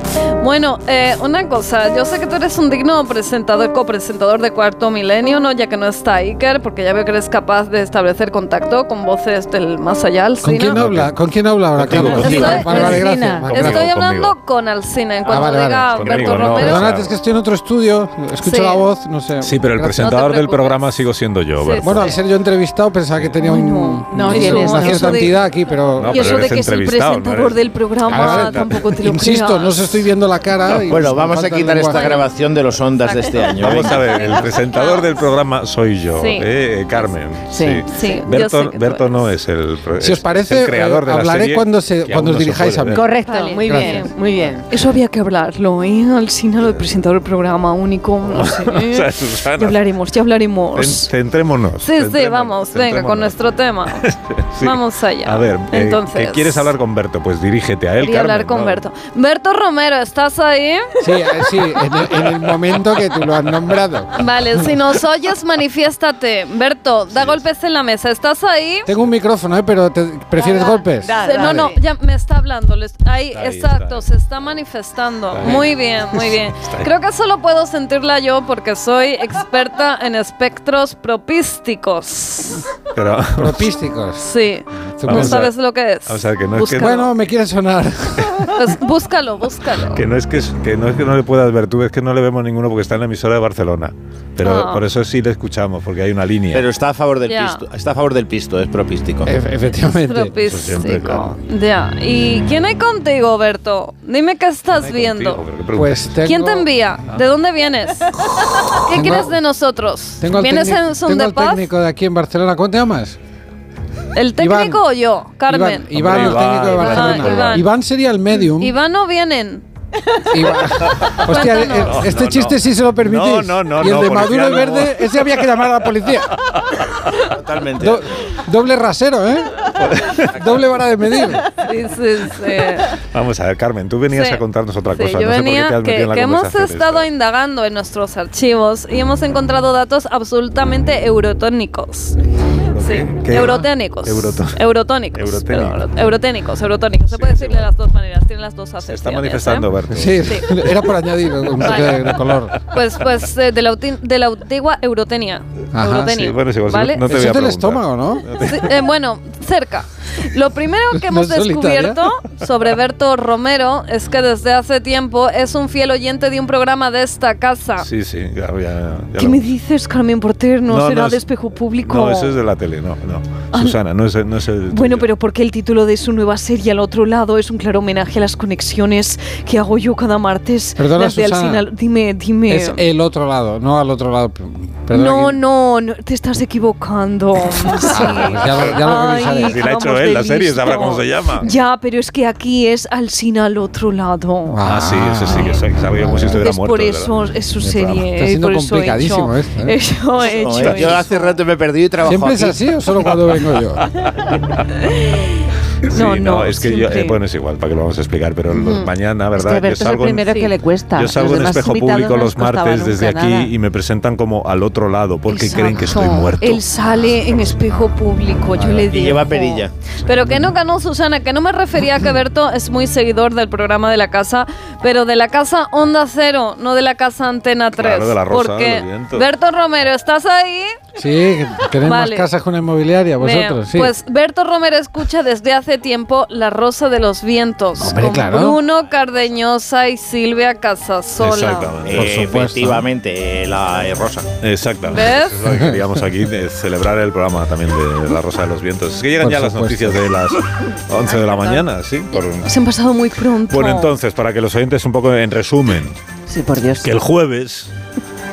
Speaker 12: Bueno, eh, una cosa. Yo sé que tú eres un digno presentador, copresentador de Cuarto Milenio, ¿no? Ya que no está Iker, porque ya veo que eres capaz de establecer contacto con voces del más allá,
Speaker 7: ¿Con
Speaker 12: Alcina.
Speaker 7: quién habla? ¿Con quién habla ahora,
Speaker 1: Contigo,
Speaker 7: Carlos?
Speaker 1: contigo.
Speaker 7: Vale, vale,
Speaker 1: Alcina.
Speaker 7: gracias. Vale,
Speaker 12: Estoy
Speaker 7: gracias.
Speaker 12: hablando con Alcina. En cuanto
Speaker 7: Ah, vale, vale.
Speaker 12: diga
Speaker 1: Conmigo,
Speaker 12: Berto
Speaker 1: no,
Speaker 12: Romero,
Speaker 1: perdona.
Speaker 7: Perdonad, es que estoy en otro estudio, escucho
Speaker 12: Sí.
Speaker 7: la voz, no sé.
Speaker 1: Sí, pero el
Speaker 7: Gracias.
Speaker 1: presentador del programa sigo siendo yo, ¿verdad?
Speaker 7: Bueno, al ser yo entrevistado pensaba que tenía un,
Speaker 12: No,
Speaker 7: una
Speaker 12: tienes, no,
Speaker 7: cierta
Speaker 12: eso de-
Speaker 7: entidad aquí, pero...
Speaker 1: No,
Speaker 12: Y eso
Speaker 1: pero
Speaker 12: de
Speaker 1: eres
Speaker 12: que es el
Speaker 1: entrevistado, ¿eh? no
Speaker 12: presentador
Speaker 1: eres-
Speaker 12: del programa
Speaker 7: Ahora,
Speaker 12: tampoco te lo
Speaker 7: Ah, Insisto,
Speaker 12: creas.
Speaker 7: no os estoy viendo la cara. y
Speaker 2: Bueno,
Speaker 7: me
Speaker 2: vamos a
Speaker 7: falta el
Speaker 2: quitar esta
Speaker 7: lenguaje.
Speaker 2: grabación de los ondas de este año.
Speaker 1: Vamos
Speaker 2: venga.
Speaker 1: a ver, el presentador del programa soy yo,
Speaker 12: Sí.
Speaker 1: eh, eh, Carmen.
Speaker 12: Sí, sí, yo sé
Speaker 1: Berto,
Speaker 12: que tú
Speaker 1: Berto no es el, pro-
Speaker 7: Si os
Speaker 1: es-
Speaker 7: parece,
Speaker 1: es el creador
Speaker 7: eh,
Speaker 1: de la
Speaker 7: hablaré
Speaker 1: serie
Speaker 7: cuando se-
Speaker 1: que
Speaker 7: cuando
Speaker 1: aún
Speaker 7: os
Speaker 1: se
Speaker 7: dirijáis
Speaker 1: puede
Speaker 7: a mí.
Speaker 1: ver.
Speaker 5: Correcto, muy
Speaker 7: Gracias.
Speaker 5: bien, muy bien.
Speaker 12: Eso había que hablarlo, ¿eh? Alcina, lo del presentador del programa único, no sé. ¿eh?
Speaker 1: O sea,
Speaker 12: Ya
Speaker 1: Susana,
Speaker 12: hablaremos, ya hablaremos.
Speaker 1: cen- centrémonos.
Speaker 12: Sí, sí,
Speaker 1: centrémonos,
Speaker 12: vamos, venga,
Speaker 1: centrémonos.
Speaker 12: con nuestro tema.
Speaker 1: Sí.
Speaker 12: Vamos allá.
Speaker 1: A ver, eh,
Speaker 12: entonces.
Speaker 1: ¿qué ¿quieres hablar con Berto? Pues dirígete a él,
Speaker 12: Quería
Speaker 1: Carmen.
Speaker 12: hablar con
Speaker 1: ¿no?
Speaker 12: Berto. Berto Romero, ¿estás ahí?
Speaker 7: Sí, eh, sí en, el, en el momento que tú lo has nombrado.
Speaker 12: Vale, si nos oyes, manifiéstate. Berto, da golpes en la mesa. ¿Estás ahí?
Speaker 7: Tengo un micrófono, ¿eh? pero te- ¿prefieres golpes?
Speaker 12: Se- no, no, ya me está hablando. les- ahí,
Speaker 7: Está ahí,
Speaker 12: exacto, se está manifestando.
Speaker 7: Está ahí.
Speaker 12: muy bien, muy bien.
Speaker 7: Está ahí.
Speaker 12: Creo que solo puedo sentirla yo porque soy experta en espectros propísticos.
Speaker 1: Pero,
Speaker 7: Propísticos.
Speaker 12: Sí.
Speaker 1: Vamos
Speaker 12: ¿No
Speaker 1: a-
Speaker 12: sabes lo que es?
Speaker 1: vamos a ver, que no es que-
Speaker 12: Búscalo.
Speaker 7: Bueno, me quiere sonar.
Speaker 12: Pues búscalo, búscalo.
Speaker 1: Que no, es que, que no es que no le puedas ver tú, es que no le vemos ninguno porque está en la emisora de Barcelona. Pero
Speaker 12: Ah.
Speaker 1: por eso sí le escuchamos, porque hay una línea.
Speaker 2: Pero está a favor del
Speaker 12: Ya.
Speaker 2: pisto, está a favor del pisto, es propístico.
Speaker 7: Efe- efectivamente.
Speaker 12: Propístico.
Speaker 1: Eso siempre, claro.
Speaker 12: Ya. ¿Y quién hay contigo, Berto? Dime qué estás viendo.
Speaker 1: Digo, pero ¿qué
Speaker 7: Pues tengo,
Speaker 12: ¿Quién te envía?
Speaker 1: Ah.
Speaker 12: ¿De dónde vienes? ¿Qué
Speaker 7: Tengo-
Speaker 12: quieres de nosotros?
Speaker 7: tengo al,
Speaker 12: ¿Vienes
Speaker 7: técnico-
Speaker 12: en son
Speaker 7: tengo
Speaker 12: de
Speaker 7: al
Speaker 12: paz?
Speaker 7: técnico de aquí en Barcelona. ¿Cómo te llamas?
Speaker 12: ¿El técnico o yo? Carmen.
Speaker 7: Iván,
Speaker 1: Hombre,
Speaker 7: Iván, el técnico de
Speaker 1: Iván,
Speaker 7: Barcelona.
Speaker 12: Iván.
Speaker 7: Iván sería el medium.
Speaker 12: Iván no vienen.
Speaker 7: Hostia, eh,
Speaker 1: No,
Speaker 7: este
Speaker 1: no,
Speaker 7: chiste
Speaker 1: no.
Speaker 7: sí se lo permitís.
Speaker 1: No, no, no,
Speaker 7: Y el
Speaker 1: no,
Speaker 7: de
Speaker 1: policía
Speaker 7: Maduro y
Speaker 1: no.
Speaker 7: Verde, ese había que llamar a la policía.
Speaker 1: Totalmente.
Speaker 7: Do- doble rasero, ¿eh? doble vara de medir.
Speaker 12: Sí, sí, sí.
Speaker 1: Vamos a ver, Carmen, tú venías
Speaker 12: Sí.
Speaker 1: a contarnos otra
Speaker 12: Sí,
Speaker 1: cosa.
Speaker 12: yo
Speaker 1: no sé
Speaker 12: venía
Speaker 1: por qué te has metido
Speaker 12: que,
Speaker 1: en la
Speaker 12: que hemos
Speaker 1: conversación esta.
Speaker 12: estado indagando en nuestros archivos y hemos encontrado datos absolutamente eurotónicos. Sí,
Speaker 1: ¿Qué?
Speaker 12: euroténicos.
Speaker 1: Eurotó-
Speaker 12: Eurotónicos.
Speaker 1: Euroténico.
Speaker 12: Pero- Euroténicos, eurotónicos. Se puede decirle de las dos maneras, tienen las dos acepciones. ¿eh?
Speaker 1: Está manifestando, Berto.
Speaker 7: Sí, era por añadir un toque de, de color.
Speaker 12: ¿eh? Pues, pues eh, de, la, auti- de la antigua Eurotenia. Eurotenia,
Speaker 1: sí, bueno, es igual,
Speaker 12: ¿vale?
Speaker 1: no te
Speaker 7: Eso
Speaker 1: voy a
Speaker 7: es del
Speaker 1: preguntar.
Speaker 7: estómago, ¿no?
Speaker 12: Sí, eh, bueno, cerca. Lo primero que
Speaker 7: No
Speaker 12: hemos
Speaker 7: es solitaria.
Speaker 12: descubierto sobre Berto Romero es que desde hace tiempo es un fiel oyente de un programa de esta casa.
Speaker 1: Ah. Sí, sí, ya, ya- ya
Speaker 12: ¿Qué
Speaker 1: lo-
Speaker 12: me dices, Carmen Porter? ¿No,
Speaker 1: No,
Speaker 12: será
Speaker 1: no es-
Speaker 12: de espejo público?
Speaker 1: No, eso es de la tele, no, no.
Speaker 12: Ah.
Speaker 1: Susana, no es, no es el...
Speaker 12: Bueno, pero porque el título de su nueva serie al otro lado es un claro homenaje a las conexiones que hago yo cada martes.
Speaker 7: Perdona,
Speaker 12: Las de
Speaker 7: Susana.
Speaker 12: Alsina- Dime, dime.
Speaker 7: Es el otro lado, no al otro lado. Perdona,
Speaker 12: no,
Speaker 7: que-
Speaker 12: no, no, te estás equivocando. Sí.
Speaker 7: Ah, pues ya lo- ya lo
Speaker 12: Ay,
Speaker 7: revisaré.
Speaker 1: Si la ha hecho
Speaker 12: vamos
Speaker 1: él,
Speaker 12: de
Speaker 1: la serie, sabrá
Speaker 12: listo.
Speaker 1: cómo se llama.
Speaker 12: Ya, pero es que aquí es Alsina al otro lado.
Speaker 1: Ah, sí, eso sí, que sabía como si estuviera
Speaker 12: Ah, es
Speaker 1: muerto.
Speaker 12: por
Speaker 1: de verdad.
Speaker 12: eso es su
Speaker 1: Está
Speaker 12: serie.
Speaker 1: siendo
Speaker 12: y por eso he
Speaker 1: complicadísimo
Speaker 12: hecho-
Speaker 1: esto, ¿eh?
Speaker 12: eso he
Speaker 13: No,
Speaker 12: hecho
Speaker 13: yo
Speaker 12: eso.
Speaker 13: hace rato me he perdido y trabajo
Speaker 7: ¿Siempre es
Speaker 13: aquí.
Speaker 7: así o solo cuando vengo yo?
Speaker 1: Sí,
Speaker 5: No,
Speaker 1: no,
Speaker 5: no,
Speaker 1: es que yo,
Speaker 5: siempre.
Speaker 1: eh, bueno, es igual, para que lo vamos a explicar, pero los-
Speaker 5: Ujú.
Speaker 1: mañana,
Speaker 5: Es que
Speaker 1: ¿verdad?
Speaker 5: Alberto es el primero que le cuesta.
Speaker 1: Yo salgo
Speaker 5: Los
Speaker 1: en
Speaker 5: demás
Speaker 1: espejo
Speaker 5: invitados
Speaker 1: público
Speaker 5: no
Speaker 1: los
Speaker 5: les costaba
Speaker 1: martes desde
Speaker 5: nunca
Speaker 1: aquí
Speaker 5: nada.
Speaker 1: y me presentan como al otro lado porque creen que estoy
Speaker 12: Exacto.
Speaker 1: muerto.
Speaker 12: Él sale en espejo público, yo le digo. Pero que no ganó Susana, que no me refería a que Berto es muy seguidor del programa de la casa, pero de la casa Onda Cero, no de la casa Antena 3.
Speaker 7: Claro, de la Rosa,
Speaker 12: porque
Speaker 7: lo siento.
Speaker 12: Berto Romero, ¿estás ahí?
Speaker 7: Sí, tenéis
Speaker 12: Vale.
Speaker 7: más casas con inmobiliaria
Speaker 12: Bien,
Speaker 7: vosotros, sí.
Speaker 12: Pues Berto Romero escucha desde hace tiempo La Rosa de los Vientos
Speaker 7: Hombre,
Speaker 12: con
Speaker 7: claro.
Speaker 12: Bruno Cardeñosa y Silvia Casasola.
Speaker 1: Exactamente.
Speaker 2: Eh, efectivamente, la eh, rosa.
Speaker 1: Exactamente.
Speaker 12: ¿Ves?
Speaker 1: Eso es lo que queríamos aquí de celebrar el programa también de La Rosa de los Vientos. Es que llegan
Speaker 7: Por
Speaker 1: ya las
Speaker 7: supuesto.
Speaker 1: noticias de las 11 de la mañana, ¿sí? Por-
Speaker 12: Se han pasado muy pronto.
Speaker 1: Bueno, entonces, para que los oyentes un poco en resumen.
Speaker 5: Sí, por Dios.
Speaker 1: Que el jueves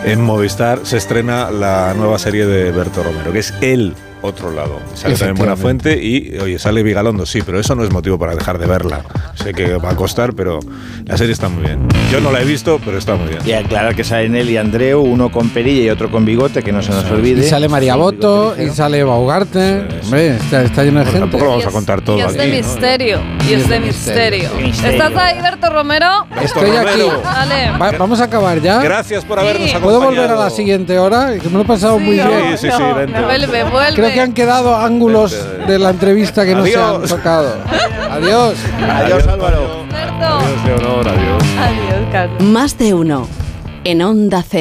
Speaker 1: en Movistar se estrena la nueva serie de Berto Romero, que es El Otro Lado. Sale también
Speaker 7: Efectivamente.
Speaker 1: Buena Fuente y, oye, sale Vigalondo, sí, pero eso no es motivo para dejar de verla. Sé que va a costar, pero la serie está muy bien. Yo no la he visto, pero está muy bien.
Speaker 2: Y aclarar que salen él y Andreu, uno con perilla y otro con bigote, que no se nos olvide.
Speaker 7: Y sale María Boto, y sale Baugarte. Hombre, está, está lleno de gente.
Speaker 1: Tampoco lo vamos a contar todo
Speaker 12: Y es de
Speaker 1: aquí. ¿no?
Speaker 12: misterio. Y es de misterio.
Speaker 1: Misterio.
Speaker 12: ¿Estás ahí, Berto Romero?
Speaker 7: Estoy aquí.
Speaker 12: Dale.
Speaker 7: Va- vamos a acabar ya.
Speaker 1: Gracias por habernos
Speaker 7: ¿Puedo
Speaker 1: acompañado.
Speaker 7: volver a la siguiente hora? Que me lo he pasado muy bien.
Speaker 1: Sí, sí, sí, vente.
Speaker 12: Vuelve, vuelve.
Speaker 7: Creo que han quedado ángulos de la entrevista que no se han
Speaker 1: Adiós.
Speaker 7: tocado. Adiós.
Speaker 1: Adiós, Álvaro.
Speaker 12: Berto.
Speaker 1: Adiós, Leonor. Adiós.
Speaker 12: Adiós, Carlos.
Speaker 14: Más de uno. En Onda Cero.